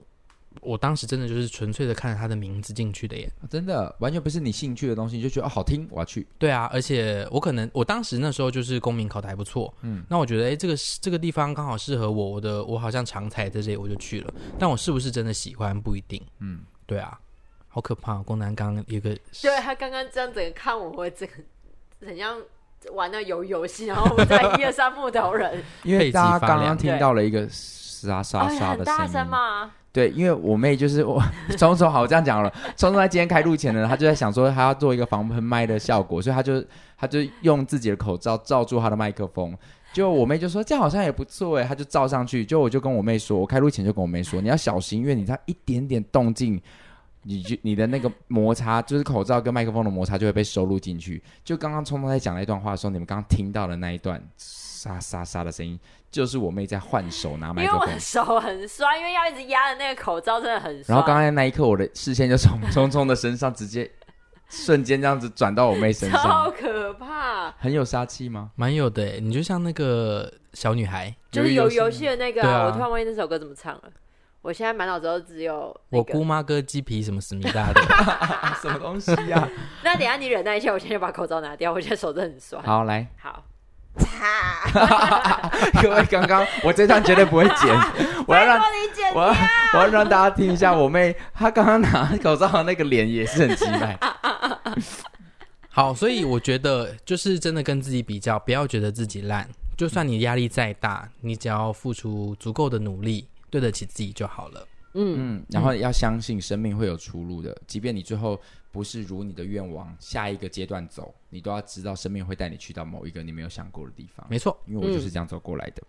S2: 我当时真的就是纯粹的看着他的名字进去的耶。
S1: 啊真的完全不是你兴趣的东西，你就觉得哦好听，我要去。
S2: 对啊，而且我可能我当时那时候就是公民考的还不错，嗯，那我觉得哎、诶这个是这个地方刚好适合我，我的我好像常才在这里，我就去了。但我是不是真的喜欢不一定，嗯，对啊， 好可怕、哦！宫南刚有个
S4: 对他刚刚这样整个看我，我整个很像
S3: 玩那游游戏，然后我们在一二三木 头人，
S1: 因为
S2: 背脊
S1: 大家
S2: 发
S1: 刚
S2: 凉
S1: 刚听到了一个沙沙
S3: 哎，
S1: 沙
S3: 很
S1: 的
S3: 大
S1: 声
S3: 声
S1: 音，
S3: 嘛，
S1: 对，因为我妹就是我，虫虫好，我这样讲好了。虫虫在今天开录前呢，她就在想说，她要做一个防喷麦的效果，所以她就她就用自己的口罩罩住她的麦克风。就我妹就说这样好像也不错哎，她就罩上去。就我就跟我妹说，我开录前就跟我妹说，你要小心，因为你她一点点动静，你就你的那个摩擦，就是口罩跟麦克风的摩擦就会被收录进去。就刚刚聪聪在讲那段话的时候，你们刚刚听到的那一段沙沙沙的声音，就是我妹在换手拿
S3: 因
S1: 麦
S3: 为
S1: 克
S3: 我
S1: 风
S3: 的。手很酸，因为要一直压着那个口罩，真的很酸。
S1: 然后刚刚那一刻，我的视线就从 聪聪的身上直接瞬间这样子转到我妹身
S3: 超
S1: 上，
S3: 可怕，
S1: 很有杀气吗？
S2: 蛮有的欸。你就像那个小女孩，
S3: 就是
S1: 游
S3: 有
S1: 戏吗
S3: 游戏的那个、
S2: 对啊
S3: 我突然忘记那首歌怎么唱了。我现在满脑子都只有、那
S2: 我
S3: 个。
S2: 姑妈割鸡皮什么思密达 的，
S1: 啊什么东西呀、
S3: 那等一下你忍耐一下，我现在就把口罩拿掉，我现在手真的很 酸。
S1: 好，来，
S3: 好，
S1: 各位，刚刚我这段绝对不会剪， 我要让
S3: 拜。托你剪
S1: 我要我要让大家听一下，我妹她刚刚拿口罩的那个脸也是很奇 怪。
S2: 好，所以我觉得就是真的跟自己比较，不要觉得自己烂。就算你压力再大，你只要付出足够的努力，对得起自己就好了。
S1: 嗯，然后要相信生命会有出路的，即便你最后不是如你的愿望，下一个阶段走，你都要知道生命会带你去到某一个你没有想过的地方。
S2: 没错，
S1: 因为我就是这样走过来的。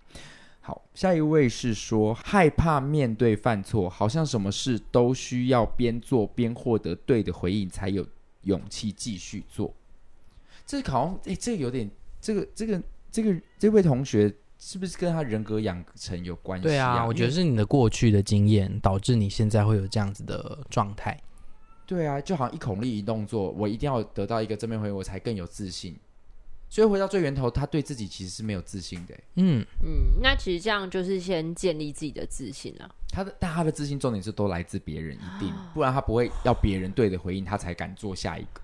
S1: 好，下一位是说害怕面对犯错，好像什么事都需要边做边获得对的回应，才有勇气继续做。这好像，哎、这个有点，这个这个这个这位同学是不是跟他人格养成有关系、
S2: 对
S1: 啊，
S2: 啊，我觉得
S1: 因为
S2: 是你的过去的经验导致你现在会有这样子的状态。
S1: 对啊，就好像一孔令一动作，我一定要得到一个正面回应，我才更有自信。所以回到最源头，他对自己其实是没有自信的、诶
S2: 嗯，
S3: 嗯，那其实这样就是先建立自己的自信啊了。
S1: 他的但他的自信重点是都来自别人，一定，不然他不会要别人对的回应，他才敢做下一个。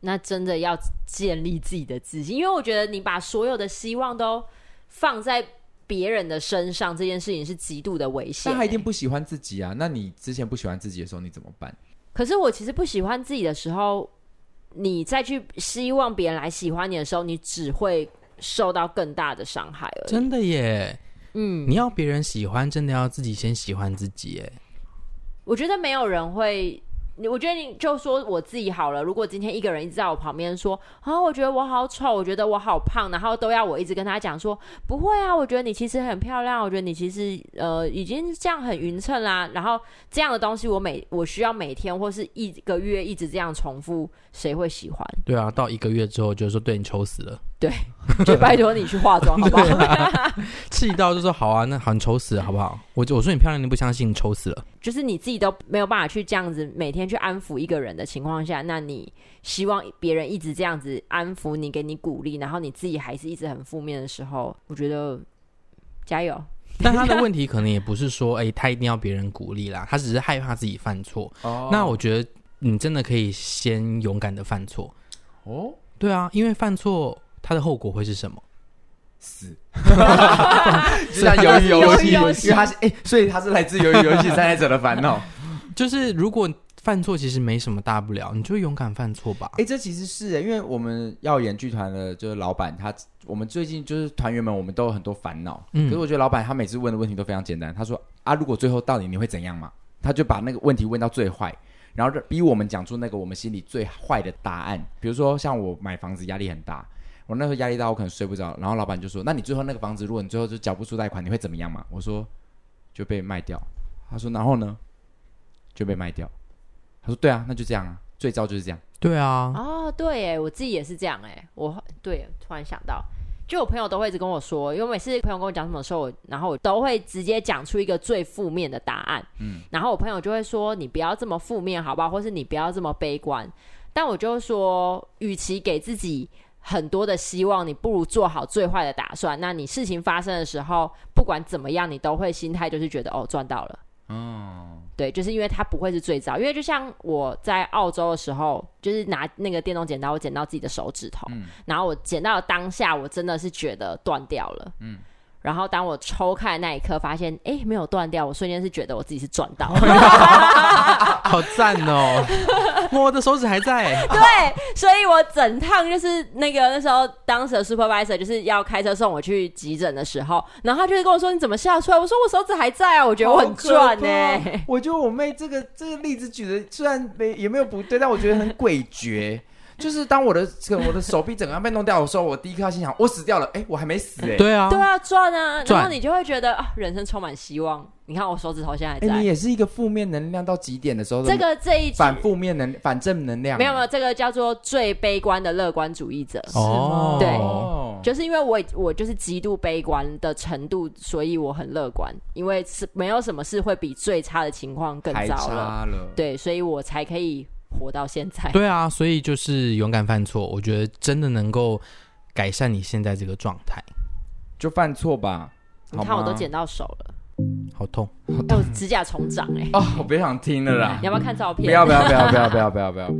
S3: 那真的要建立自己的自信，因为我觉得你把所有的希望都放在别人的身上，这件事情是极度的危险、
S1: 但他一定
S3: 欸
S1: 不喜欢自己啊！那你之前不喜欢自己的时候，你怎么办？
S3: 可是我其实不喜欢自己的时候，你再去希望别人来喜欢你的时候，你只会受到更大的伤害而已。
S2: 真的耶，
S3: 嗯，
S2: 你要别人喜欢，真的要自己先喜欢自己耶。
S3: 我觉得没有人会。你我觉得你就说我自己好了。如果今天一个人一直在我旁边说啊，我觉得我好丑，我觉得我好胖，然后都要我一直跟他讲说不会啊，我觉得你其实很漂亮，我觉得你其实呃已经这样很匀称啦。然后这样的东西我每我需要每天或是一个月一直这样重复，谁会喜欢？
S2: 对啊，到一个月之后就说对你丑 死了，
S3: 就拜托你去化妆好不好？
S2: 啊气到就说好啊，那好你丑死了好不好？我就我说你漂亮，你不相信，你丑死 了。
S3: 就是你自己都没有办法去这样子每天去安抚一个人的情况下，那你希望别人一直这样子安抚你，给你鼓励，然后你自己还是一直很负面的时候，我觉得加油。
S2: 但他的问题可能也不是说，哎、他一定要别人鼓励啦，他只是害怕自己犯错。
S1: 哦
S2: 那我觉得你真的可以先勇敢的犯错，
S1: 哦
S2: 对啊，因为犯错它的后果会是什么？
S1: 死，就像鱿鱼游戏，
S3: 鱿鱼
S1: 因
S3: 游
S1: 为
S3: 戏
S1: 他是哎、所以他是来自鱿鱼游戏参赛者的烦恼。
S2: 就是如果犯错其实没什么大不了，你就勇敢犯错吧
S1: 哎、。这其实是、因为我们耀眼剧团的就是老板他。我们最近就是团员们，我们都有很多烦恼。
S2: 嗯
S1: 可是我觉得老板他每次问的问题都非常简单。他说：“啊，如果最后到底你会怎样嘛？”他就把那个问题问到最坏，然后逼我们讲出那个我们心里最坏的答案。比如说，像我买房子压力很大，我那时候压力大，我可能睡不着。然后老板就说：“那你最后那个房子，如果你最后就缴不出贷款，你会怎么样嘛？”我说：“就被卖掉。”他说：“然后呢？就被卖掉。”他说：“对啊，那就这样啊，最糟就是这样。
S2: 对 啊，
S3: 哦，对，哎，我自己也是这样，哎，我对，突然想到，就我朋友都会一直跟我说，因为每次朋友跟我讲什么的时候，我然后我都会直接讲出一个最负面的答案，嗯，然后我朋友就会说你不要这么负面，好不好？或是你不要这么悲观，但我就说，与其给自己。很多的希望，你不如做好最坏的打算。那你事情发生的时候，不管怎么样，你都会心态就是觉得哦赚到了，
S1: 哦，
S3: 对，就是因为它不会是最早，因为就像我在澳洲的时候，就是拿那个电动剪刀，我剪到自己的手指头，然后我剪到的当下，我真的是觉得断掉了，嗯。然后当我抽开的那一刻，发现哎没有断掉，我瞬间是觉得我自己是赚到，
S2: 好赞哦！ 我的手指还在。
S3: 对，所以我整趟就是那个那时候当时的 supervisor 就是要开车送我去急诊的时候，然后他就是跟我说你怎么吓出来？我说我手指还在啊，我觉得我很赚欸呢、
S1: 我觉得我妹这个这个例子举的虽然没也没有不对，但我觉得很诡谲。 就是当我的这个我的手臂整个被弄掉的时候，我第一刻心想我死掉了，哎、我还没死哎、
S2: 对啊，
S3: 对啊，赚啊！然后
S2: 赚
S3: 你就会觉得啊，人生充满希望。你看我手指头现在还
S1: 哎、你
S3: 在，
S1: 也是一个负面能量到极点的时候，
S3: 这个这一集
S1: 反负面能反正能量
S3: 没有没有，这个叫做最悲观的乐观主义者。
S2: 哦，
S3: 对
S1: 哦
S3: 就是因为我我就是极度悲观的程度，所以我很乐观，因为是没有什么事会比最差的情况更
S1: 太
S3: 糟了，
S1: 差了，
S3: 对，所以我才可以活到现在。
S2: 对啊，所以就是勇敢犯错，我觉得真的能够改善你现在这个状态。
S1: 就犯错吧。
S3: 你
S1: 好
S3: 看我
S1: 吗
S3: 都剪到手 了，
S2: 好痛，
S3: 哎，我指甲重长哎、
S1: 哦，我别想听了啦
S3: 你，要不要看照片？
S1: 不要不要不要不要不要不要不要。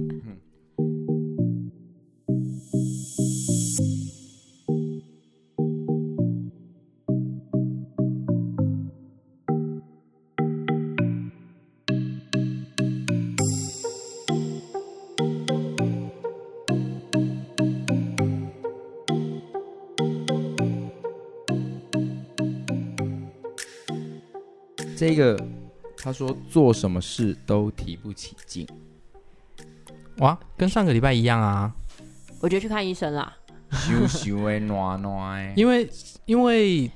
S1: 这个他说做什么事都提不起 劲，
S2: 哇，跟上个礼拜一样啊，
S3: 我觉得去看医生啦。
S1: 羞羞诶，暖暖诶。
S2: 因为因为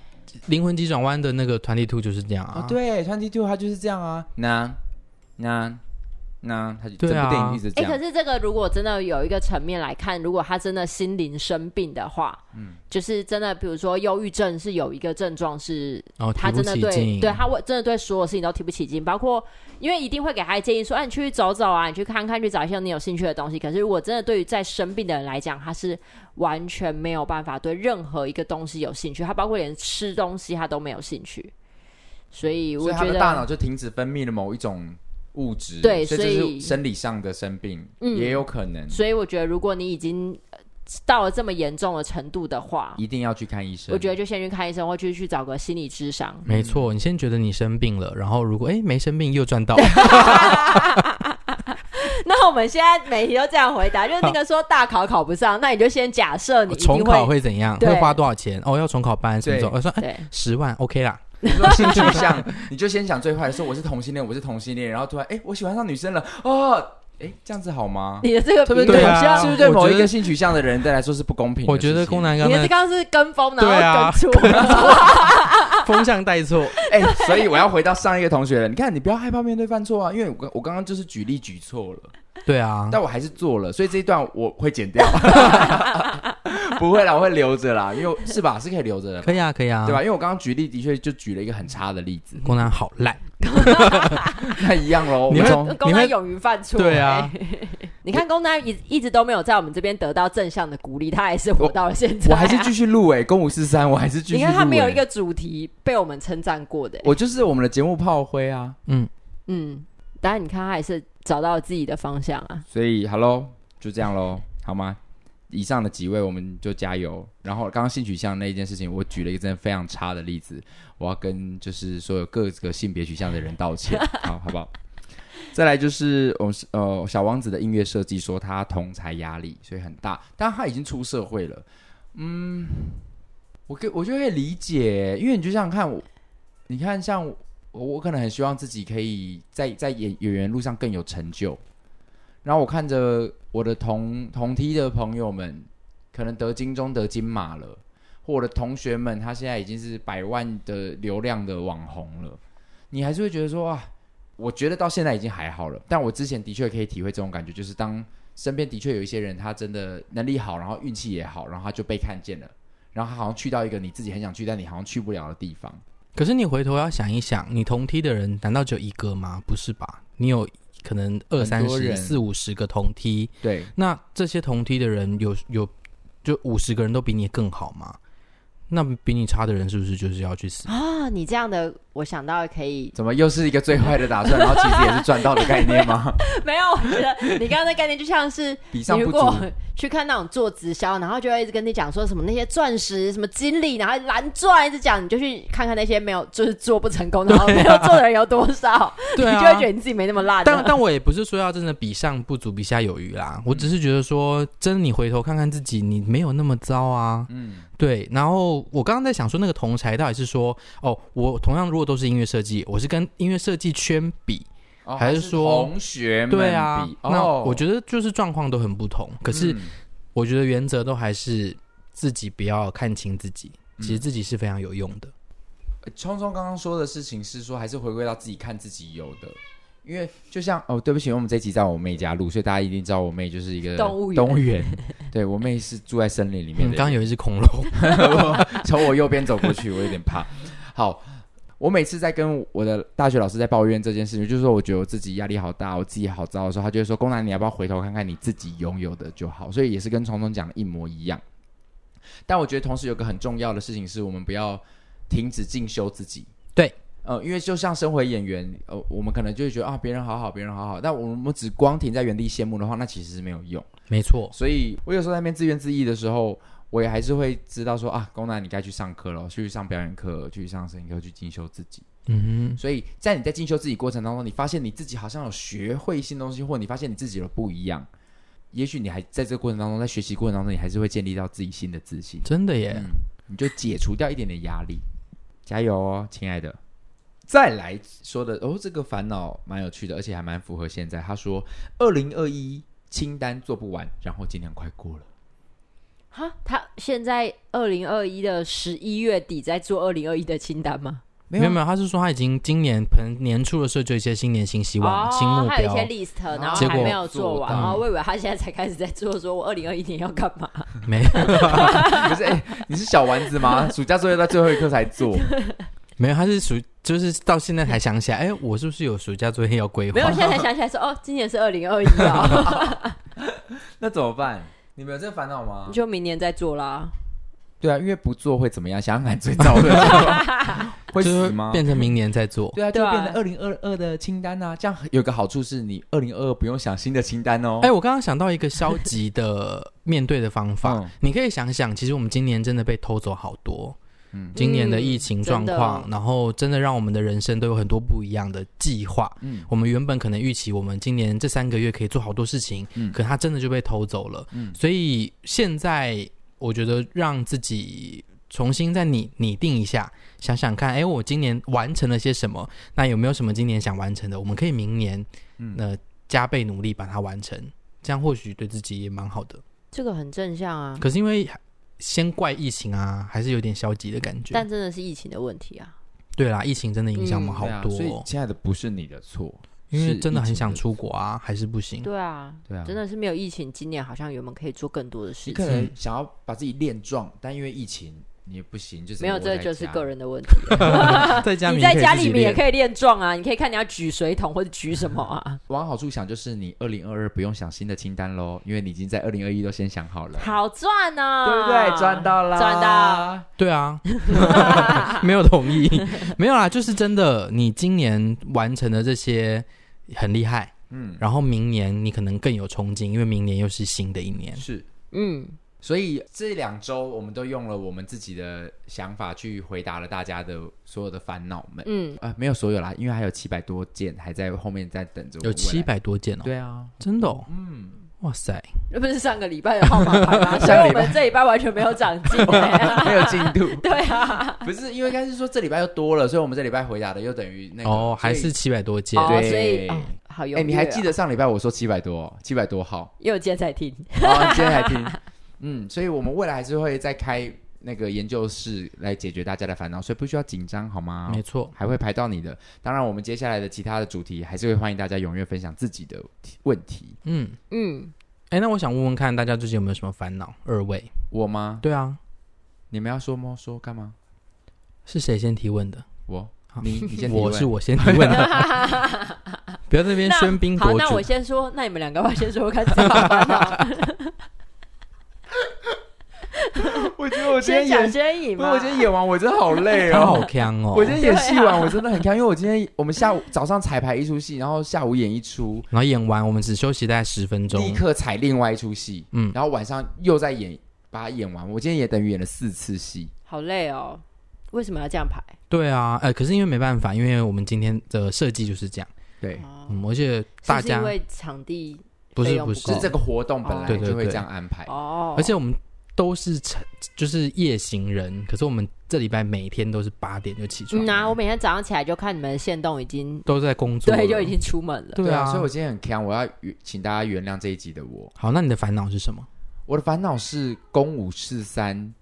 S2: 灵魂急转弯的那个团体兔就是这样啊，
S3: 哦
S1: 啊，对，Twenty Two 他就是这样啊，那那那他就整
S2: 对啊
S1: 部电影一直这
S3: 哎、
S1: 样。
S3: 可是这个如果真的有一个层面来看，如果他真的心灵生病的话，嗯，就是真的，比如说忧郁症是有一个症状是
S2: 哦，提
S3: 他
S2: 不
S3: 真的
S2: 起
S3: 对
S2: 劲，
S3: 对他会真的对所有事情都提不起劲，包括因为一定会给他建议说，哎、你去走走啊，你去看看，去找一些你有兴趣的东西。可是如果真的对于在生病的人来讲，他是完全没有办法对任何一个东西有兴趣，他包括连吃东西他都没有兴趣。所以
S1: 所
S3: 我
S1: 以他
S3: 觉
S1: 的大
S3: 得，
S1: 脑就停止分泌了某一种物质，
S3: 对
S1: 所
S3: 所
S1: 以这
S3: 以
S1: 是生理上的生病，
S3: 嗯
S1: 也有可能，
S3: 所以我觉得，如果你已经呃到了这么严重的程度的话，
S1: 一定要去看医生。
S3: 啊我觉得就先去看医生，或去去找个心理咨商。
S2: 没错，你先觉得你生病了，然后如果哎没生病又赚到，
S3: 那我们现在每题都这样回 答，就是那个说大考考不上，那你就先假设你一定
S2: 重考会怎样？
S3: 对
S2: 会花多少钱？哦，要重考班什么
S1: 对
S2: 什么？我说哎
S3: 对
S2: 十万 OK 啦，
S1: 你说性取向， 你就先想最坏的，说我是同性恋，我是同性恋，然后突然哎，我喜欢上女生了，哦，哎，这样子好吗？
S3: 你的这个
S1: 对
S3: 比
S1: 不
S3: 喻
S1: 对？啊
S3: 好像
S1: 是不是对某
S2: 啊我
S1: 一
S2: 觉
S1: 个
S2: 得
S1: 性取向的人来说是不公平的事
S2: 我
S1: 情？
S2: 觉得宫南刚
S3: 你的这
S2: 刚
S3: 刚刚是跟风，然
S2: 对啊
S3: 后 跟错，啊
S2: 风向带 错，
S1: 哎、所以我要回到上一个同学了。你看，你不要害怕面对犯错啊，因为我刚我刚刚就是举例举错了，
S2: 对啊，
S1: 但我还是做了，所以这一段我会剪 掉，不会啦，我会留着啦，因为是吧？是可以留着的，
S2: 可以啊，可以啊，
S1: 对吧？？因为我刚刚举例的确就举了一个很差的例子，
S2: 宫南好烂，
S1: 那一样喽。
S2: 你
S1: 我
S2: 会
S1: 从
S3: 公
S2: 你
S3: 男
S2: 会
S3: 勇于犯错。
S2: 对啊
S3: 哎，你看公男一一直都没有在我们这边得到正向的鼓励，他还是活到了现在。
S1: 我还是继续录哎、公五四三，我还是继续录、
S3: 你
S1: 欸。
S3: 看他没有一个主题被我们称赞过的。哎
S1: 我就是我们的节目炮灰啊，
S2: 嗯，
S3: 嗯，当然你看他还是找到了自己的方向啊。
S1: 所以 Hello 就这样喽，好吗？以上的几位我们就加油。然后刚刚性取向那一件事情，我举了一个真的非常差的例子，我要跟就是所有各个性别取向的人道歉，好好不好？再来就是我们是呃小王子的音乐设计说他同才压力所以很大，但他已经出社会了，嗯，我可以我就可以理解，因为你就想想看我，你看像我我可能很希望自己可以在在演演员路上更有成就，然后我看着我的同同梯的朋友们，可能得金钟、得金马了，或我的同学们，他现在已经是百万的流量的网红了，你还是会觉得说啊，我觉得到现在已经还好了，但我之前的确可以体会这种感觉，就是当身边的确有一些人，他真的能力好，然后运气也好，然后他就被看见了，然后他好像去到一个你自己很想去，但你好像去不了的地方。
S2: 可是你回头要想一想，你同梯的人难道只有一个吗？不是吧？你有可能二
S1: 很
S2: 三
S1: 多人
S2: 十、四五十个同梯，
S1: 对，
S2: 那这些同梯的人有有就五十个人都比你更好吗？那比你差的人是不是就是要去 死？
S3: 啊，你这样的，我想到可以
S1: 怎么又是一个最坏的打算，然后其实也是赚到的概念 吗？
S3: 没有，我觉得你刚刚的概念就像是
S1: 比上
S3: 你
S1: 不
S3: 如
S1: 足，
S3: 果去看那种做直销，然后就会一直跟你讲说什么那些钻石、什么金粒，然后蓝钻，一直讲，你就去看看那些没有就是做不成功，然后没有做的人有 多少，
S2: 啊对
S3: 你
S2: 啊，
S3: 就会觉得你自己没那么烂。
S2: 但但我也不是说要真的比上不足，比下有余
S1: 嗯
S2: 啦。我只是觉得说，真的你回头看看自己，你没有那么糟啊。
S1: 嗯，
S2: 对，然后我刚刚在想说，那个同才到底是说，哦，我同样如果都是音乐设计，我是跟音乐设计圈比，
S1: 哦
S2: 还是说
S1: 同学们
S2: 对啊
S1: 比，
S2: 那
S1: 哦
S2: 我觉得就是状况都很不同。可是
S1: 嗯
S2: 我觉得原则都还是自己不要看清自己，
S1: 嗯
S2: 其实自己是非常有用的。
S1: 聪聪刚刚说的事情是说，还是回归到自己看自己有的，因为就像哦，对不起，因为我们这集在我妹家录，所以大家一定知道我妹就是一个
S3: 动物园
S1: 动物园，对我妹是住在森林里面
S2: 嗯，
S1: 的。
S2: 刚刚有一只恐 龙，
S1: 从我右边走过去，我有点怕。好，我每次在跟我的大学老师在抱怨这件事情，就是说我觉得我自己压力好大，我自己好糟的时候，他就会说：“宫南，你要不要回头看看你自己拥有的就好？”所以也是跟虫虫讲的一模一样。但我觉得同时有个很重要的事情是，我们不要停止进修自己。
S2: 对。
S1: 呃，因为就像身为演员，呃，我们可能就会觉得啊，别人好好，别人好好，但我们只光停在原地羡慕的话，那其实是没有用。
S2: 没错，
S1: 所以我有时候在那边自怨自艾的时候，我也还是会知道说啊，宫南你该去上课了，去上表演课，去上声音课，去进修自己。
S2: 嗯
S1: 所以在你在进修自己过程当中，你发现你自己好像有学会新东西，或你发现你自己有不一样，也许你还在这个过程当中，在学习过程当中，你还是会建立到自己新的自信
S2: 哼，，真的耶。
S1: 你就解除掉一点点压力。加油哦，亲爱的！再来说的哦，这个烦恼蛮有趣的，而且还蛮符合现在。他说，二零二一清单做不完，然后今年快过了。
S3: 哈，他现在二零二一的十一月底在做二零二一的清单吗？
S1: 没
S2: 没有
S1: 啊
S2: 没有，他是说他已经今年盆年初的时候就有一些新年新希望、新目
S3: 哦，还有一些
S2: 标，
S3: list，
S1: 哦
S3: 然后
S2: 结
S3: 还
S2: 果
S3: 没有做完。
S1: 做
S2: 到
S3: 哦，我以为他现在才开始在做，说我二零二一年要干嘛？
S2: 没
S1: 不是，哎，你是小丸子吗？ 暑假作业到最后一刻才做，
S2: 没有，他是暑就是到现在才想起来，哎，我是不是有暑假作业要规
S3: 没有，
S2: 划？
S3: 现在才想起来说，哦，今年是二零二一啊，
S1: 那怎么办？你们有这个烦恼吗
S3: 你？就明年再做啦。
S1: 对啊，因为不做会怎么样？想想看，最糟 的会
S2: 就是
S1: 死吗？
S2: 变成明年再做。
S1: 对啊，就
S3: 对啊
S1: 变成二零二二的清单啊。这样有个好处是你二零二二不用想新的清单哦。
S2: 哎，我刚刚想到一个消极的面对的方
S3: 哦
S2: 法，
S1: 嗯
S2: 你可以想想，其实我们今年真的被偷走好多。
S1: 嗯
S2: 今年的疫情
S3: 嗯
S2: 状
S3: 真的
S2: 况，然后真的让我们的人生都有很多不一样的计划。
S1: 嗯
S2: 我们原本可能预期我们今年这三个月可以做好多事情，
S1: 嗯
S2: 可它真的就被偷走了。
S1: 嗯
S2: 所以现在我觉得让自己重新再拟拟定一下，想想看，哎，我今年完成了些什么？那有没有什么今年想完成的？我们可以明年，
S1: 嗯
S2: 呃，加倍努力把它完成，这样或许对自己也蛮好的。
S3: 这个很正向啊，
S2: 可是因为先怪疫情啊，还是有点消极的感觉。
S3: 但真的是疫情的问题啊。
S2: 对啦，疫情真的影响我们好
S1: 对啊
S2: 多
S1: 所以
S2: 哦、
S1: 亲爱的，不是你的错，
S2: 因为
S1: 是
S2: 真的
S1: 疫
S2: 很
S1: 情
S2: 想
S1: 的
S2: 出国啊，还是不行。
S3: 对啊，
S1: 对啊，
S3: 真。的是没有疫情，今年好像原本可以做更多的事
S1: 你可
S3: 情。
S1: 能想要把自己练壮，但因为疫情你也不行，就是
S3: 没有，
S1: 窝在
S3: 这就是
S1: 家
S3: 个。人的问题。
S2: 在家
S3: 你
S2: 里
S3: 在
S2: 可以
S3: 家
S2: 自
S3: 里
S2: 己
S3: 面也
S2: 练
S3: 可以练壮啊，你可以看你要举水桶或者举什么 啊。
S1: 往好处想，就是你二零二二不用想新的清单喽，因为你已经在二零二一都先想好了。
S3: 好赚啊，
S1: 对不对？赚到啦，
S3: 赚到。
S2: 对啊， 没有同意，没有啦，就是真的，你今年完成的这些很厉害，
S1: 嗯，
S2: 然后明年你可能更有冲劲，因为明年又是新的一年。
S1: 是。
S3: 嗯，
S1: 所以这两周我们都用了我们自己的想法去回答了大家的所有的烦恼们。
S3: 嗯，
S1: 呃，没有所有啦，因为还有七百多件还在后面在等着我。
S2: 有七。百多件哦，
S1: 对 啊，
S2: 真的、哦，
S1: 嗯，
S2: 哇塞，
S3: 那不是上个礼拜的号码牌 吗？所以
S1: 上个
S3: 我
S1: 礼拜
S3: 们这礼拜完全没有长 进、欸。
S1: 没有进度。
S3: 对啊，
S1: 不是，因为应该是说这礼拜又多了，所以我们这礼拜回答的又等于那个
S2: 哦，还是
S1: 所以
S2: 七百多件，
S3: 哦，
S1: 对
S3: 所以哦好有、
S1: 哎、你还记？得上礼拜我说七百多，哦七百多 号，哦
S3: 因为我今天才听，
S1: 然后今天还听，嗯，所以我们未来还是会再开那个研究室来解决大家的烦恼，所以不需要紧张好吗？
S2: 没错，
S1: 还会排到你的。当然，我们接下来的其他的主题还是会欢迎大家踊跃分享自己的提问题。
S2: 嗯，
S3: 嗯，
S2: 哎，那我想问问看大家最近有没有什么烦恼？二位，
S1: 我吗？
S2: 对啊，
S1: 你们要说吗？说干嘛？
S2: 是谁先提问的？
S1: 我
S2: 好，
S1: 你你先提问
S2: 我是我先提问的， 不要在那边
S3: 那
S2: 喧宾
S3: 好，
S2: 夺
S3: 那我
S2: 主。
S3: 先说，那你们 两个要不要先说，我看自己好烦恼
S1: 我我觉得我今天
S4: 先讲
S1: 演，
S4: 先赢
S1: 不是我
S4: 嘛。
S1: 今天演完我真的好累
S2: 他好
S1: 哦。
S2: 强哦，
S1: 我今天演戏完我真的很开心，因为我今天我们下午早上彩排一出戏，然后下午演一出，
S2: 然后演完我们只休息大概十分
S1: 立
S2: 钟，
S1: 刻踩另外一出戏，
S2: 嗯
S1: 然后晚上又再演，把它演完。我今天也等于演了四次戏，
S3: 好累哦，为什么要这样排？
S2: 对啊，呃，可是因为没办法，因为我们今天的设计就是这样，
S1: 对，
S2: 嗯，而且
S3: 哦是
S2: 大
S3: 不是
S2: 家
S3: 因为场地
S2: 不
S3: 费
S2: 是
S3: 用
S2: 不
S3: 不
S2: 嗯是
S1: 是，这个活动本来
S2: 哦对对
S1: 就会
S2: 对啊
S1: 这样安排。
S3: 哦，
S2: 而且我们都是成就是夜行人，可是我们这礼拜每天都是八点就起床，
S3: 嗯啊，我每天早上起来就看你们的线动已经
S2: 都在工作了，
S3: 对，就已经出门了。
S2: 对啊，
S1: 所以我今天很强，我要原请大家原谅这一集的我。
S2: 好，那你的烦恼是什么？
S1: 我的烦恼是公五四三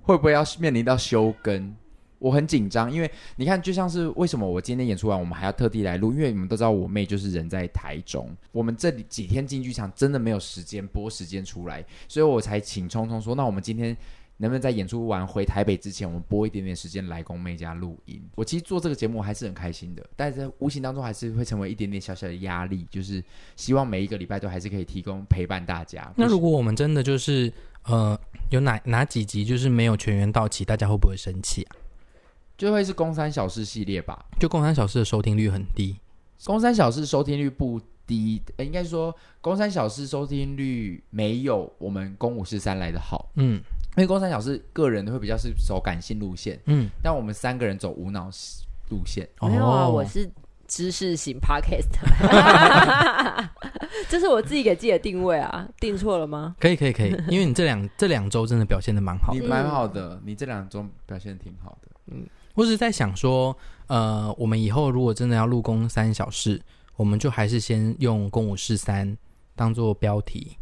S1: 会不会要面临到休更？我很紧张，因为你看，就像是为什么我今天演出完，我们还要特地来录，因为你们都知道我妹就是人在台中，我们这里几天进剧场真的没有时间播时间出来，所以我才请聪聪说，那我们今天能不能在演出完回台北之前，我们拨一点点时间来公妹家录音？我其实做这个节目我还是很开心的，但是在无形当中还是会成为一点点小小的压力，就是希望每一个礼拜都还是可以提供陪伴大家。
S2: 那
S1: 不是
S2: 如果我们真的就是呃，有哪哪几集就是没有全员到齐，大家会不会生气啊？
S1: 就会是《公三小事》系列吧。
S2: 就《共三小时》的收听率很低，
S1: 《公三小事》收听率不低，呃、应该说《公三小事》收听率没有我们《公五十三》来的好，
S2: 嗯
S1: 因为《公三小事》个人会比较是走感性路线，
S2: 嗯，
S1: 但我们三个人走无脑路线。
S3: 没有啊，
S2: 哦
S3: 我是知识型 podcast，这是我自己给自己的定位啊，定错了吗？
S2: 可以可以 可以，因为你这两这两周真的表现的蛮好
S1: 你
S2: 的，
S1: 蛮好的，你这两周表现得挺好的。
S2: 我只是在想说，呃，我们以后如果真的要录工三小时，我们就还是先用公五四三当做标题，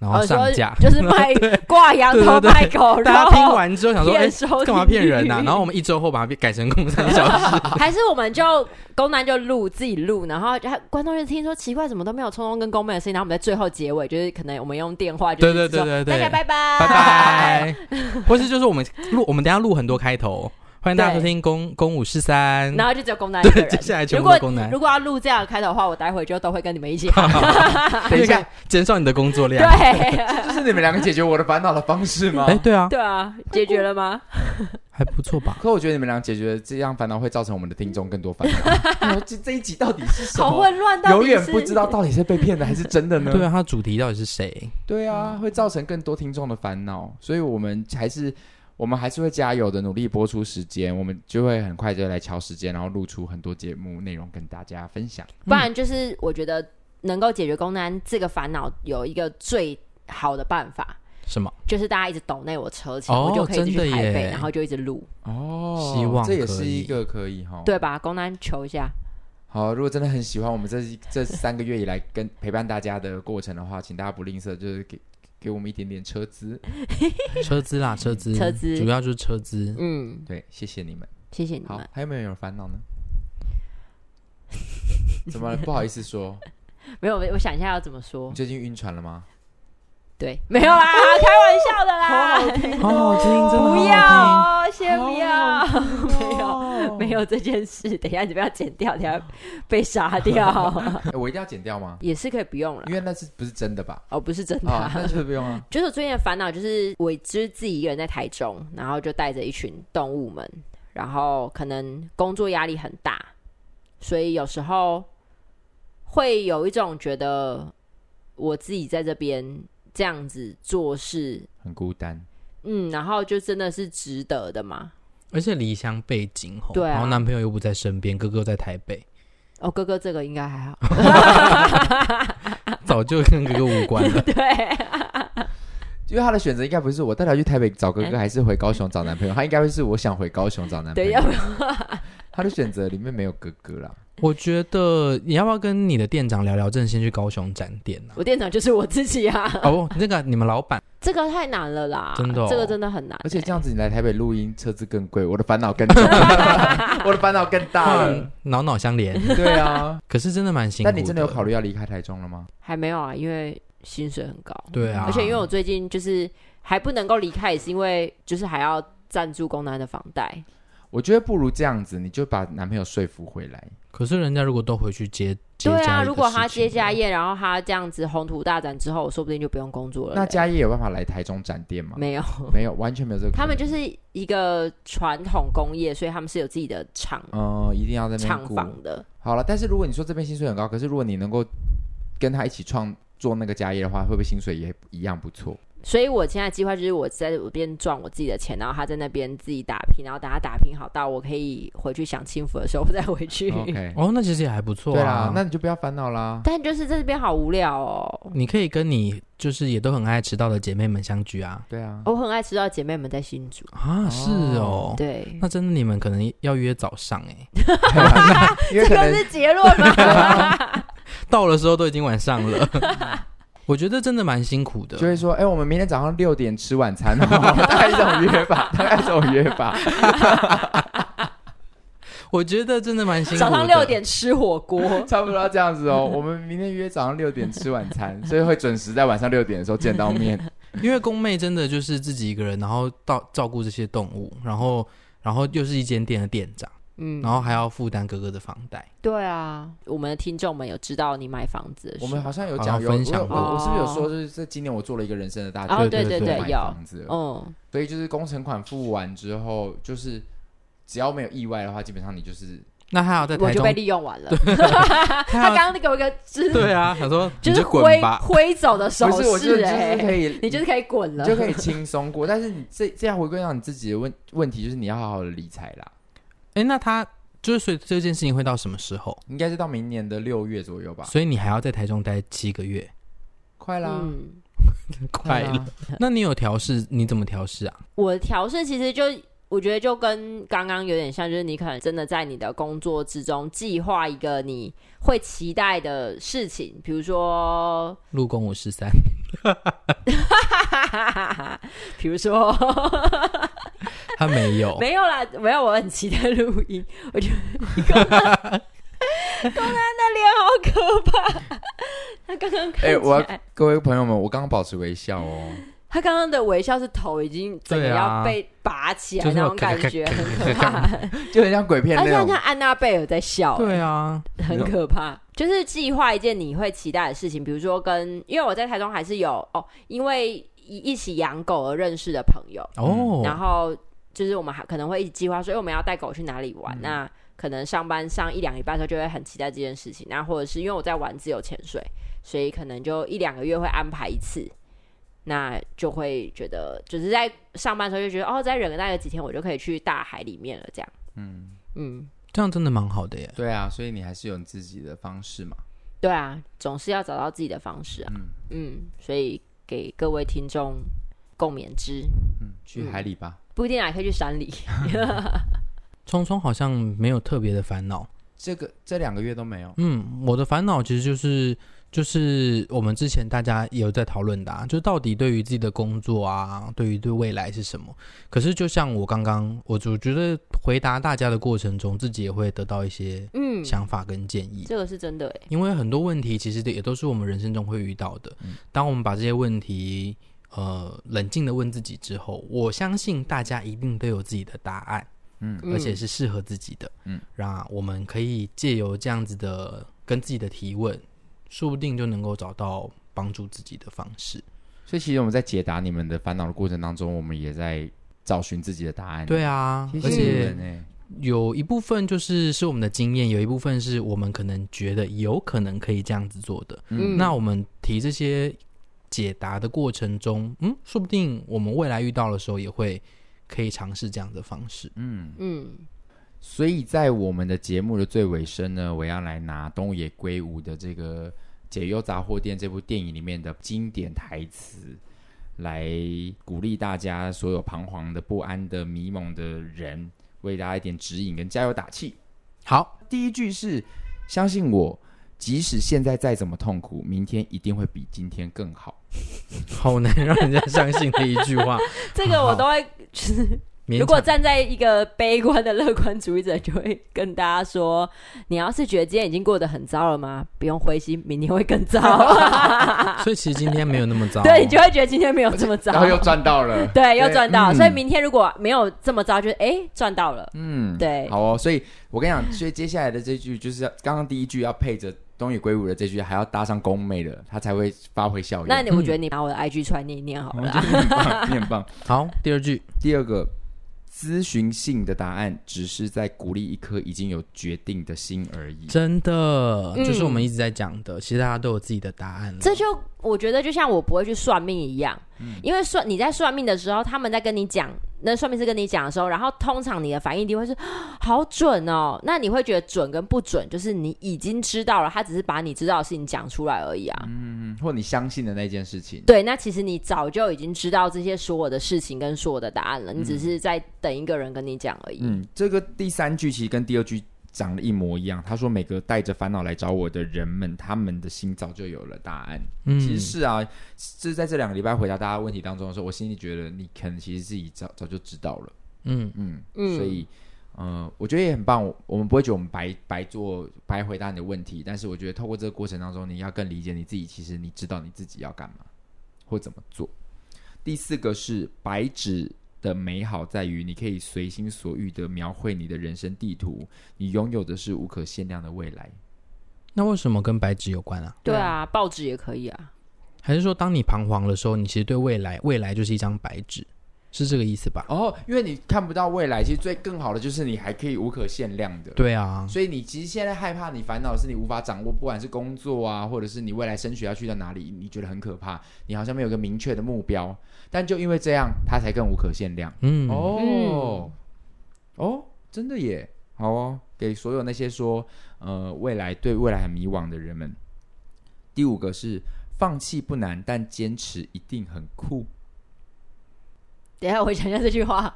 S2: 然后
S3: 哦
S2: 上
S3: 说
S2: 架，
S3: 就 是卖挂羊
S2: 对对
S3: 头
S2: 对
S3: 卖狗肉，
S2: 大家听完之后 想说，哎、
S3: 骗收听
S2: 干嘛骗人呐、啊
S3: 率
S2: 然后我们一周后把它改成公三小时，
S3: 还是我们就公男就录自己录，然后他观众就听说奇怪，怎么都没有聪聪跟公妹的声音，然后我们在最后结尾就是可能我们用电话就是
S2: 对对
S3: 一直说
S2: 对对对
S3: 大家拜拜
S2: 拜。拜。或是就是我们录，我们等一下录很多开头，欢迎大家收听公公五四三。
S3: 然后就只有公男一个人。
S2: 对接下来全
S3: 如
S2: 部都
S3: 果
S2: 公男
S3: 如果要录这样的开头的话，我待会就都会跟你们 一起喊。
S1: 等一
S2: 因为
S1: 下
S2: 看，，减少你的工作量。啊
S3: 对
S1: 这是你们两个解决我的烦恼的方式吗？
S2: 哎，对啊，
S3: 对啊，解决了吗？
S2: 还不错吧？
S1: 可我觉得你们俩解决这样烦恼会造成我们的听众更多烦 恼。这这一集到底是什
S3: 好
S1: 么？
S3: 混乱，到底
S1: 永远
S3: 是
S1: 不知道到底是被骗的还是真的 呢？
S2: 对啊，它主题到底是谁？
S1: 对
S2: 嗯
S1: 啊，会造成更多听众的烦恼，所以我们还是我们还是会加油的，努力播出时间，我们就会很快就来敲时间，然后录出很多节目内容跟大家分享。
S3: 不然就是我觉得能够解决公单这个烦恼有一个最好的办法，
S2: 什么？
S3: 就是大家一直抖内我车钱，
S2: 哦
S3: 我就可以一
S2: 真
S3: 直
S2: 的
S3: 去台北，
S2: 耶
S3: 然后就一直录，
S1: 哦
S2: 希望
S1: 这也
S2: 可
S1: 是
S2: 以
S1: 一个可以哈。，
S3: 对吧？公单求一下，
S1: 好，如果真的很喜欢我们这一这三个月以来跟陪伴大家的过程的话，请大家不吝啬，就是给给我们一点点车资。
S2: 嗯车资啦，车资，
S3: 车资
S2: 主要就是车资。
S3: 嗯，
S1: 对，谢谢你们。
S3: 谢谢你
S1: 好
S3: 们。，
S1: 还有没有人有烦恼呢？怎么了？不好意思说，
S3: 没有，我我想一下要怎么说
S1: 你。最近晕船了吗？
S3: 对，没有啦，开玩笑的啦，
S2: 好好哦听，真的好
S3: 嗯不
S2: 好
S3: 要哦，先不要，没有。
S1: 有
S3: 没有这件事，等一下你不要剪掉，等一下被杀 掉，
S1: 哎我一定要剪掉吗？
S3: 也是可以不用了
S1: 因。为那是不是真的 吧？
S3: 哦，不是真的、
S1: 啊，那是不用啊。
S3: 就是我最近的烦恼就是，我就是自己一个人在台中，然后就带着一群动物们，然后可能工作压力很大，所以有时候会有一种觉得我自己在这边这样子做事，
S1: 很孤单，
S3: 嗯，然后就真的是值得的嘛。
S2: 而且离乡背景吼，
S3: 对啊
S2: 然后男朋友又不在身边，哥哥在台 北，
S3: 哦，哥哥这个应该还好，。
S2: 早就跟哥哥无关了
S3: 对，
S1: 因为他的选择应该不是我带他去台北找哥哥，还是回高雄找男朋友。他应该会是我想回高雄找男朋
S3: 哎对，
S1: 友
S3: 要。不然
S1: 他的选择里面没有哥哥 啦。
S2: 我觉得你要不要跟你的店长聊聊，正先去高雄展店 啊？
S3: 我店长就是我自己啊，
S2: 哦，那个你们老板
S3: 这个太难了啦，
S2: 真的哦
S3: 这个真的很难、欸
S1: 而且这
S3: 样，
S1: 样子你来台北录音，车子更贵，我的烦恼更 重，我的烦恼更
S3: 嗯
S1: 大了。
S2: 脑脑相连，
S1: 对 啊，
S2: 可是真的蛮辛苦。
S1: 但你真的有考？虑要离开台中了吗？
S3: 还没有啊，因为薪水很高。
S2: 对啊，
S3: 而且因为我最近就是还不能够离开，也是因为就是还要赞助公男的房贷，
S1: 我觉得不如这样子，你就把男朋友说服回来。
S2: 可是人家如果都回去接接
S3: 对
S2: 家
S3: 啊，
S2: 里的
S3: 如果他
S2: 事情
S3: 接家业，然后他这样子宏图大展之后，说不定就不用工作了嘞。
S1: 那家业有办法来台中展店吗？
S3: 没有，
S1: 没有，完全没有这个可能。
S3: 他们就是一个传统工业，所以他们是有自己的厂
S1: 嗯、一定要在那边
S3: 厂
S1: 顾。
S3: 房的。
S1: 好了，但是如果你说这边薪水很高，可是如果你能够跟他一起创做那个家业的话，会不会薪水也一样不 错？
S3: 所以我现在计划就是我在我边赚我自己的钱，然后他在那边自己打拼，然后等他打拼好到我可以回去享清福的时候，我再回去。
S1: OK，、
S2: 哦，那其实也还不错、啊。
S1: 对啦，那你就不要烦恼 啦。
S3: 但就是在这边好无聊哦，
S2: 你可以跟你就是也都很爱迟到的姐妹们相聚啊
S1: 对啊，
S3: 我很爱吃到姐妹们在新竹。
S2: 啊，是哦，
S3: 对，
S2: 那真的你们可能要约早上哎、
S1: 因为可能
S3: 结论吗？
S2: 到的时候都已经晚上了。我觉得真的蛮辛苦的，
S1: 就会说，哎、我们明天早上六点吃晚餐 哦，大概这种约法，大概这种约法。
S2: 我觉得真的蛮辛苦的。
S3: 早上六，点吃火锅，
S1: 差不多要这样子哦。我们明天约早上六点吃晚餐，所以会准时在晚上六点的时候见到 面。
S2: 因为宫妹真的就是自己一个人，然后到照顾这些动物，然后然后又是一间店的店长，
S3: 嗯
S2: 然，后还要负担哥哥的房贷。
S3: 对啊，我们的听众们有知道你买房子的事
S1: 我们好像有
S2: 好
S1: 讲有
S2: 分享
S1: 我
S2: 过
S1: 我我是不是有说，就是这今年我做了一个人生的大决
S3: 哦，
S1: 定，
S3: 对
S2: 对
S1: 就是
S3: 对，
S1: 买
S3: 有，
S1: 房子了，
S3: 嗯，
S1: 所以就是工程款付完之后，就是只要没有意外的话，基本上你就是
S2: 那还要在
S3: 我
S2: 台
S3: 就
S2: 中
S3: 被，利用完了。
S2: 他
S3: 他刚刚给我一个就是
S2: 对啊，他说
S3: 就
S2: 你
S3: 是挥
S2: 滚吧，
S3: 挥走的手
S1: 不是我就
S3: 势，
S1: 就是可
S3: 哎，
S1: 以，
S3: 你就是可以 滚
S1: 你
S3: 了，
S1: 就可以轻松过。但是你这这要回归到你自己的问问题，就是你要好好的理财啦。
S2: 哎，那他就是所以这件事情会到什么时候？
S1: 应该是到明年的六月左右吧，
S2: 所以你还要在台中待七个月，
S1: 快啦，
S3: 嗯。
S2: 快
S1: 啦
S2: 了。
S3: 啊
S2: 那你有调试？你怎么调试啊？
S3: 我的调试其实就我觉得就跟刚刚有点像，就是你可能真的在你的工作之中计划一个你会期待的事情，比如说，
S2: 入宫五十 三，
S3: 比如说
S2: 哦他没有，
S3: 没有啦，没有，我很期待录音，我觉得 公安的脸好可怕，他刚刚看
S1: 哎
S3: 起
S1: 我
S3: 来，
S1: 要各位朋友们，我刚刚保持微笑哦。
S3: 他刚刚的微笑是头已经整个
S2: 对啊
S3: 要被拔起来
S2: 就是
S3: 那
S2: 那
S3: 种
S2: 种
S3: 感
S2: 咔咔
S3: 觉，
S2: 咔
S3: 很
S2: 咔
S3: 可
S2: 咔
S3: 怕，
S1: 就很像鬼片
S3: 他
S1: 那
S3: 像
S1: 种
S3: 像。安娜贝尔在笑、哎
S2: 对啊，
S3: 很可怕。就是计划一件你会期待的事情，比如说跟，因为我在台中还是有哦，因为一一起养狗而认识的朋友，
S2: 哦，
S3: 然后就是我们还可能会一起计划说，哎，我们要带狗去哪里玩？
S2: 嗯
S3: 那可能上班上一两礼拜的时候就会很期待这件事情，那或者是因为我在玩自由潜水，所以可能就一两个月会安排一次。那就会觉得，就是在上班的时候就觉得，哦，再忍个大概几天，我就可以去大海里面了，这样。嗯嗯，
S2: 这样真的蛮好的耶。
S1: 对啊，所以你还是有你自己的方式嘛。
S3: 对啊，总是要找到自己的方式啊。嗯所以给各位听众共勉之，
S1: 嗯，去海里吧。
S3: 不一定啊，可以去山里。
S2: 聪聪好像没有特别的烦恼，
S1: 这个这两个月都没有。
S2: 嗯，我的烦恼其实就是就是我们之前大家也有在讨论的、啊，就到底对于自己的工作啊，对于对未来是什么。可是就像我刚刚，我就觉得回答大家的过程中，自己也会得到一些
S3: 嗯，
S2: 想法跟建议。
S3: 这个是真的哎、
S2: 因为很多问题其实也都是我们人生中会遇到的。
S1: 嗯
S2: 当我们把这些问题呃冷静的问自己之后，我相信大家一定都有自己的答案，
S1: 嗯
S2: 而且是适合自己的。
S1: 嗯，
S2: 那我们可以借由这样子的跟自己的提问，说不定就能够找到帮助自己的方式。
S1: 所以其实我们在解答你们的烦恼的过程当中，我们也在找寻自己的答案。
S2: 对，啊，
S1: 谢谢
S2: 而
S1: 你
S2: 且
S1: 们哎。
S2: 有一部分就是是我们的经验，有一部分是我们可能觉得有可能可以这样子做的。
S3: 嗯，
S2: 那我们提这些解答的过程中，嗯，说不定我们未来遇到的时候也会可以尝试这样的方式。
S3: 嗯，
S1: 所以在我们的节目的最尾声呢，我要来拿东野圭吾的这个《解忧杂货店》这部电影里面的经典台词，来鼓励大家所有彷徨的、不安的、迷茫的人，为大家一点指引跟加油打气。
S2: 好，
S1: 第一句是：相信我，即使现在再怎么痛苦，明天一定会比今天更好。
S2: 好难让人家相信的一句话，
S3: 这个我都会就是
S2: 勉
S3: 如果
S2: 强
S3: 站在一个悲观的乐观主义者，就会跟大家说：你要是觉得今天已经过得很糟了吗？不用灰心，明天会 更糟。
S2: 所以其实今天没有那么哦糟，
S3: 啊对你就会觉得今天没有这么糟
S1: 然， 后又赚到了。
S3: 对，又赚
S1: 嗯
S3: 到。所以明天如果没有这么糟，就是哎赚到了。
S1: 嗯，
S3: 对
S1: 好哦，所以我跟你讲，所以接下来的这句就是要刚刚第一句要配着东野圭吾的这句，还要搭上宫妹的，它才会发挥效用。
S3: 那你我觉得你把我的 IG 传念一念好
S1: 我
S3: 了
S1: 觉得
S3: 啊。
S1: 你很棒，你很棒。
S2: 好，第二句，
S1: 第二个，咨询性的答案只是在鼓励一颗已经有决定的心而已。
S2: 真的、就是我们一直在讲的，其实大家都有自己的答案了。
S3: 嗯这就我觉得就像我不会去算命一样，因为算你在算命的时候，他们在跟你讲，那算命师跟你讲的时候，然后通常你的反应一定会是啊好准哦，那你会觉得准跟不准，就是你已经知道了，他只是把你知道的事情讲出来而已啊。
S1: 嗯，或你相信的那件事情。
S3: 对，那其实你早就已经知道这些所有的事情跟所有的答案了，你只是在等一个人跟你讲而已。
S1: 嗯，这个第三句其实跟第二句长得一模一样。他说每个带着烦恼来找我的人们，他们的心早就有了答案。
S2: 嗯
S1: 其实是啊，就是在这两个礼拜回答大家问题当中的时候，我心里觉得你可能其实自己早早就知道了。
S2: 嗯，
S1: 嗯，
S3: 嗯
S1: 所以。嗯、我觉得也很棒。我我们不会觉得我们白白做、白回答你的问题，但是我觉得透过这个过程当中，你要更理解你自己。其实你知道你自己要干嘛或怎么做。第四个是白纸的美好在于，你可以随心所欲的描绘你的人生地图，你拥有的是无可限量的未来。
S2: 那为什么跟白纸有关啊？
S3: 对啊，报纸也可以啊。
S2: 还是说当你彷徨的时候，你其实对未来，未来就是一张白纸，是这个意思吧？
S1: 哦，因为你看不到未来，其实最更好的就是你还可以无可限量的。
S2: 对啊，
S1: 所以你其实现在害怕，你烦恼的是你无法掌握，不管是工作啊，或者是你未来升学啊要去到哪里，你觉得很可怕，你好像没有一个明确的目标。但就因为这样，它才更无可限量。
S2: 嗯，
S1: 哦，哦，真的耶，好哦，给所有那些说呃未来对未来很迷惘的人们。第五个是放弃不难，但坚持一定很酷。
S3: 等一下我讲一下这句话，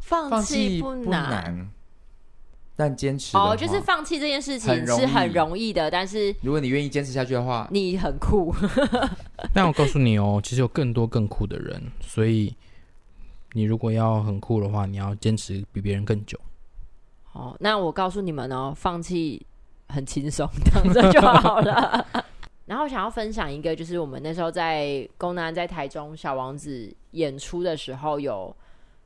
S1: 放
S3: 放
S1: 弃
S3: 弃不
S1: 不
S3: 难。
S1: 难，但坚持的
S3: 哦，就是
S1: 话
S3: 放弃这件事情
S1: 很容易
S3: 是很容易的，但是
S1: 如果你愿意坚持下去的话，
S3: 你很酷。
S2: 但我告诉你哦，其实有更多更酷的人，所以你如果要很酷的话，你要坚持比别人更久。
S3: 哦，那我告诉你们哦，放弃很轻松，躺着就好了。 然后想要分享一个，就是我们那时候在宫南在台中小王子演出的时候，有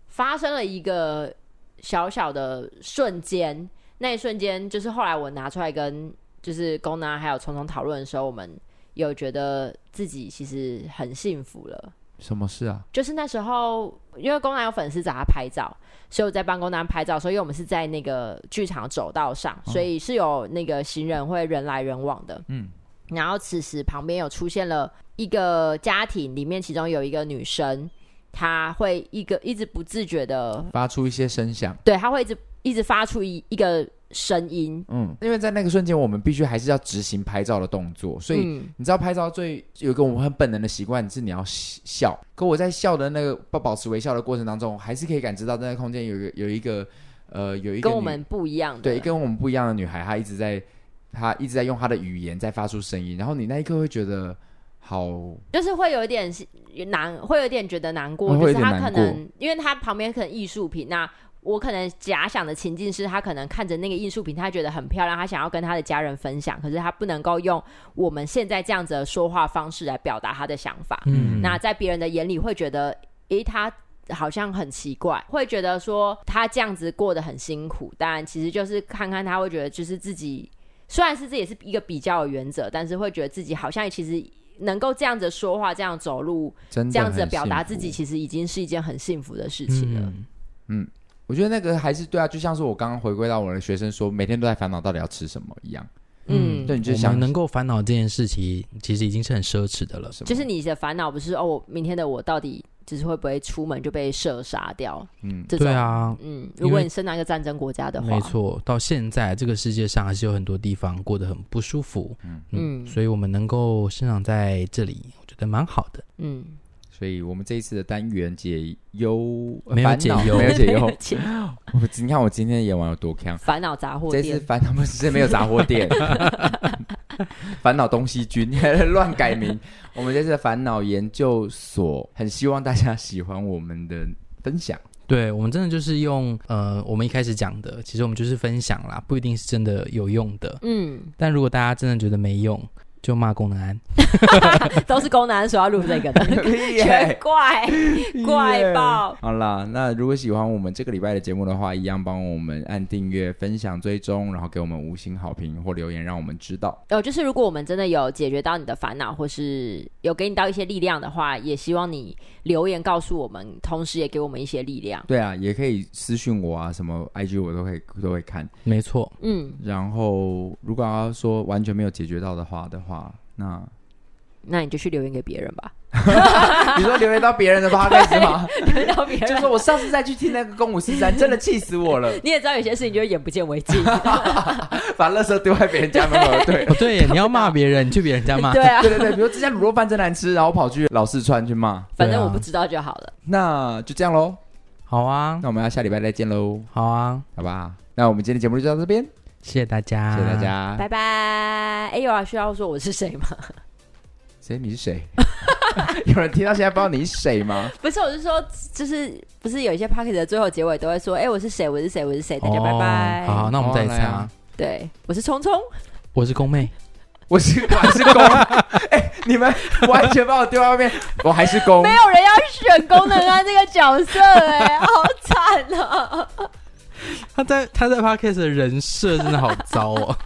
S3: 发生了一个小小的瞬间。那一瞬间，就是后来我拿出来跟就是宫南还有虫虫讨论的时候，我们有觉得自己其实很幸福了。
S1: 什么事啊？
S3: 就是那时候，因为宫南有粉丝找他拍照，所以我在帮宫南拍照的时候，因为我们是在那个剧场走道上，所以是有那个行人会人来人往的。
S1: 嗯，
S3: 然后此时旁边有出现了一个家庭，里面其中有一个女生，她会一个一直不自觉的，
S1: 发出一些声响。
S3: 对，她会一直一直发出一一个声音，
S1: 嗯，因为在那个瞬间，我们必须还是要执行拍照的动作，所以
S3: 嗯
S1: 你知道拍照最有一个我们很本能的习惯是你要笑，可我在笑的那个保保持微笑的过程当中，我还是可以感知到那个空间有一个有一个呃有一个
S3: 跟我
S1: 女
S3: 们不一样的，
S1: 对跟我们不一样的女孩，她一直在她一直在用她的语言在发出声音，然后你那一刻会觉得好
S3: 就是会有一点难，会有一点觉得难过，
S1: 嗯
S3: 就
S1: 会有
S3: 是
S1: 点
S3: 他可
S1: 难过
S3: 能因为他旁边可能艺术品，那我可能假想的情境是他可能看着那个艺术品，他觉得很漂亮，他想要跟他的家人分享，可是他不能够用我们现在这样子的说话方式来表达他的想法。
S2: 嗯，
S3: 那在别人的眼里会觉得，诶，他好像很奇怪，会觉得说他这样子过得很辛苦，但其实就是看看他会觉得，就是自己虽然是这也是一个比较的原则，但是会觉得自己好像其实能够这样子说话、这样走路、
S1: 真的
S3: 这样子
S1: 很
S3: 表达
S1: 幸福
S3: 自己，其实已经是一件很幸福的事情了。
S2: 嗯
S1: 我觉得那个还是对啊，就像是我刚刚回归到我的学生说，每天都在烦恼到底要吃什么一样，
S3: 嗯
S1: 对，你就
S2: 我
S1: 想
S2: 们能够烦恼这件事情，其实已经是很奢侈的了。
S1: 什么
S3: 就是你的烦恼不是哦，我明天的我到底就是会不会出门就被射杀掉？
S1: 嗯
S3: 这种
S2: 对，啊，因
S3: 嗯，
S2: 为
S3: 如果你生在一个战争国家的话，
S2: 没错，到现在这个世界上还是有很多地方过得很不舒服。嗯
S3: 嗯
S2: 所以我们能够生长在这里，我觉得蛮好的。
S3: 嗯，。
S1: 所以我们这一次的单元解忧呃
S2: 没有
S1: 烦恼
S2: 解忧
S1: 没有解 忧
S3: 且
S1: 我今你看我今天演完有多强，
S3: 烦恼杂货
S1: 这
S3: 店
S1: 次。烦恼不是没有杂货店， 烦恼东西君 乱改名。 我们这次的烦恼研究所很希望大家喜欢我们的分享，
S2: 对我们真的就是用呃，我们一开始讲的，其实我们就是分享啦，不一定是真的有用的。
S3: 嗯，
S2: 但如果大家真的觉得没用，就骂功能安。
S3: 都是公男所要录这个的，
S1: 屁
S3: 全
S1: 耶
S3: 怪怪爆。
S1: 好啦，那如果喜欢我们这个礼拜的节目的话，一样帮我们按订阅、分享、追踪，然后给我们五星好评或留言，让我们知道。
S3: 哦，就是如果我们真的有解决到你的烦恼，或是有给你到一些力量的话，也希望你留言告诉我们，同时也给我们一些力量。
S1: 对啊，也可以私讯我啊，什么 IG 我都会都会看。
S2: 没错，
S3: 嗯，
S1: 然后如果要说完全没有解决到的话的话，那
S3: 那你就去留言给别人吧，
S1: 你说留言到别人的 podcast 吗？
S3: 留言到别
S1: 就是
S3: 人。
S1: 说我上次再去听那个公五四三，真的气死我了，
S3: 你也知道有些事情就是眼不见为净，
S1: 把垃圾丢在别人家门口。对
S2: 哦对耶，你要骂别人，你去别人家 骂
S3: 对。啊
S1: 对，对对，比如这家卤肉饭真难吃，然后跑去老四川去骂，
S3: 反正我不知道就好了。
S1: 那就这样喽。
S2: 好啊，
S1: 那我们要下礼拜再见喽，
S2: 好啊，
S1: 好吧？那我们今天节目就到这边，
S2: 谢谢大家，
S1: 谢谢大。家。
S3: 拜拜。哎，有啊，需要说我是谁吗？
S1: 谁？你是谁？ 有人听到现在不知道你是谁吗？
S3: 不是，我是说，就是不是有一些 p o c k e t 的最后结尾都会说，哎，我是谁？我是谁？我是谁？大家拜拜。
S2: 哦好，那我们再一次
S1: 哦来
S2: 啊
S1: 啊，
S3: 对，我是聪聪。
S2: 我是宫妹，
S1: 我是我还是 公，哎、你们完全把我丢到外面，我还是公
S3: 没。有人要选功能啊这个角色、哎，好惨啊！
S2: 他在他在 podcast 的人设真的好糟 哦。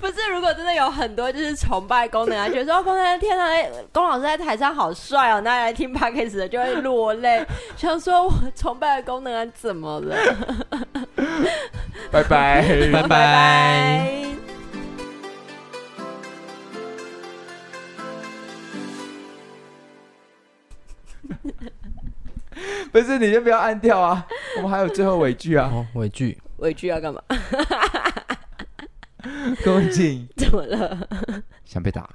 S3: 不是，如果真的有很多就是崇拜功能啊，觉得说功能天啊，龚老师在台上好帅哦，那来听 podcast 的就会落泪，想说我崇拜的功能啊怎么了？
S1: 拜拜，
S2: 拜
S3: 拜拜。
S1: 不是你就不要按掉啊，我们还有最后尾句啊，
S2: 哦，尾句，
S3: 委屈要干嘛？
S1: 恭敬
S3: 怎么了？
S1: 想被打。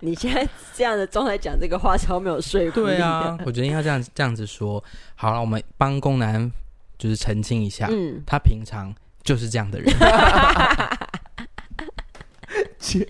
S3: 你现在这样的状态讲这个话超没有说服力
S2: 对
S3: 的。
S2: 啊，我决定要这样这样子说。好了，我们帮宫南就是澄清一下，
S3: 嗯。
S2: 他平常就是这样的人。
S1: 切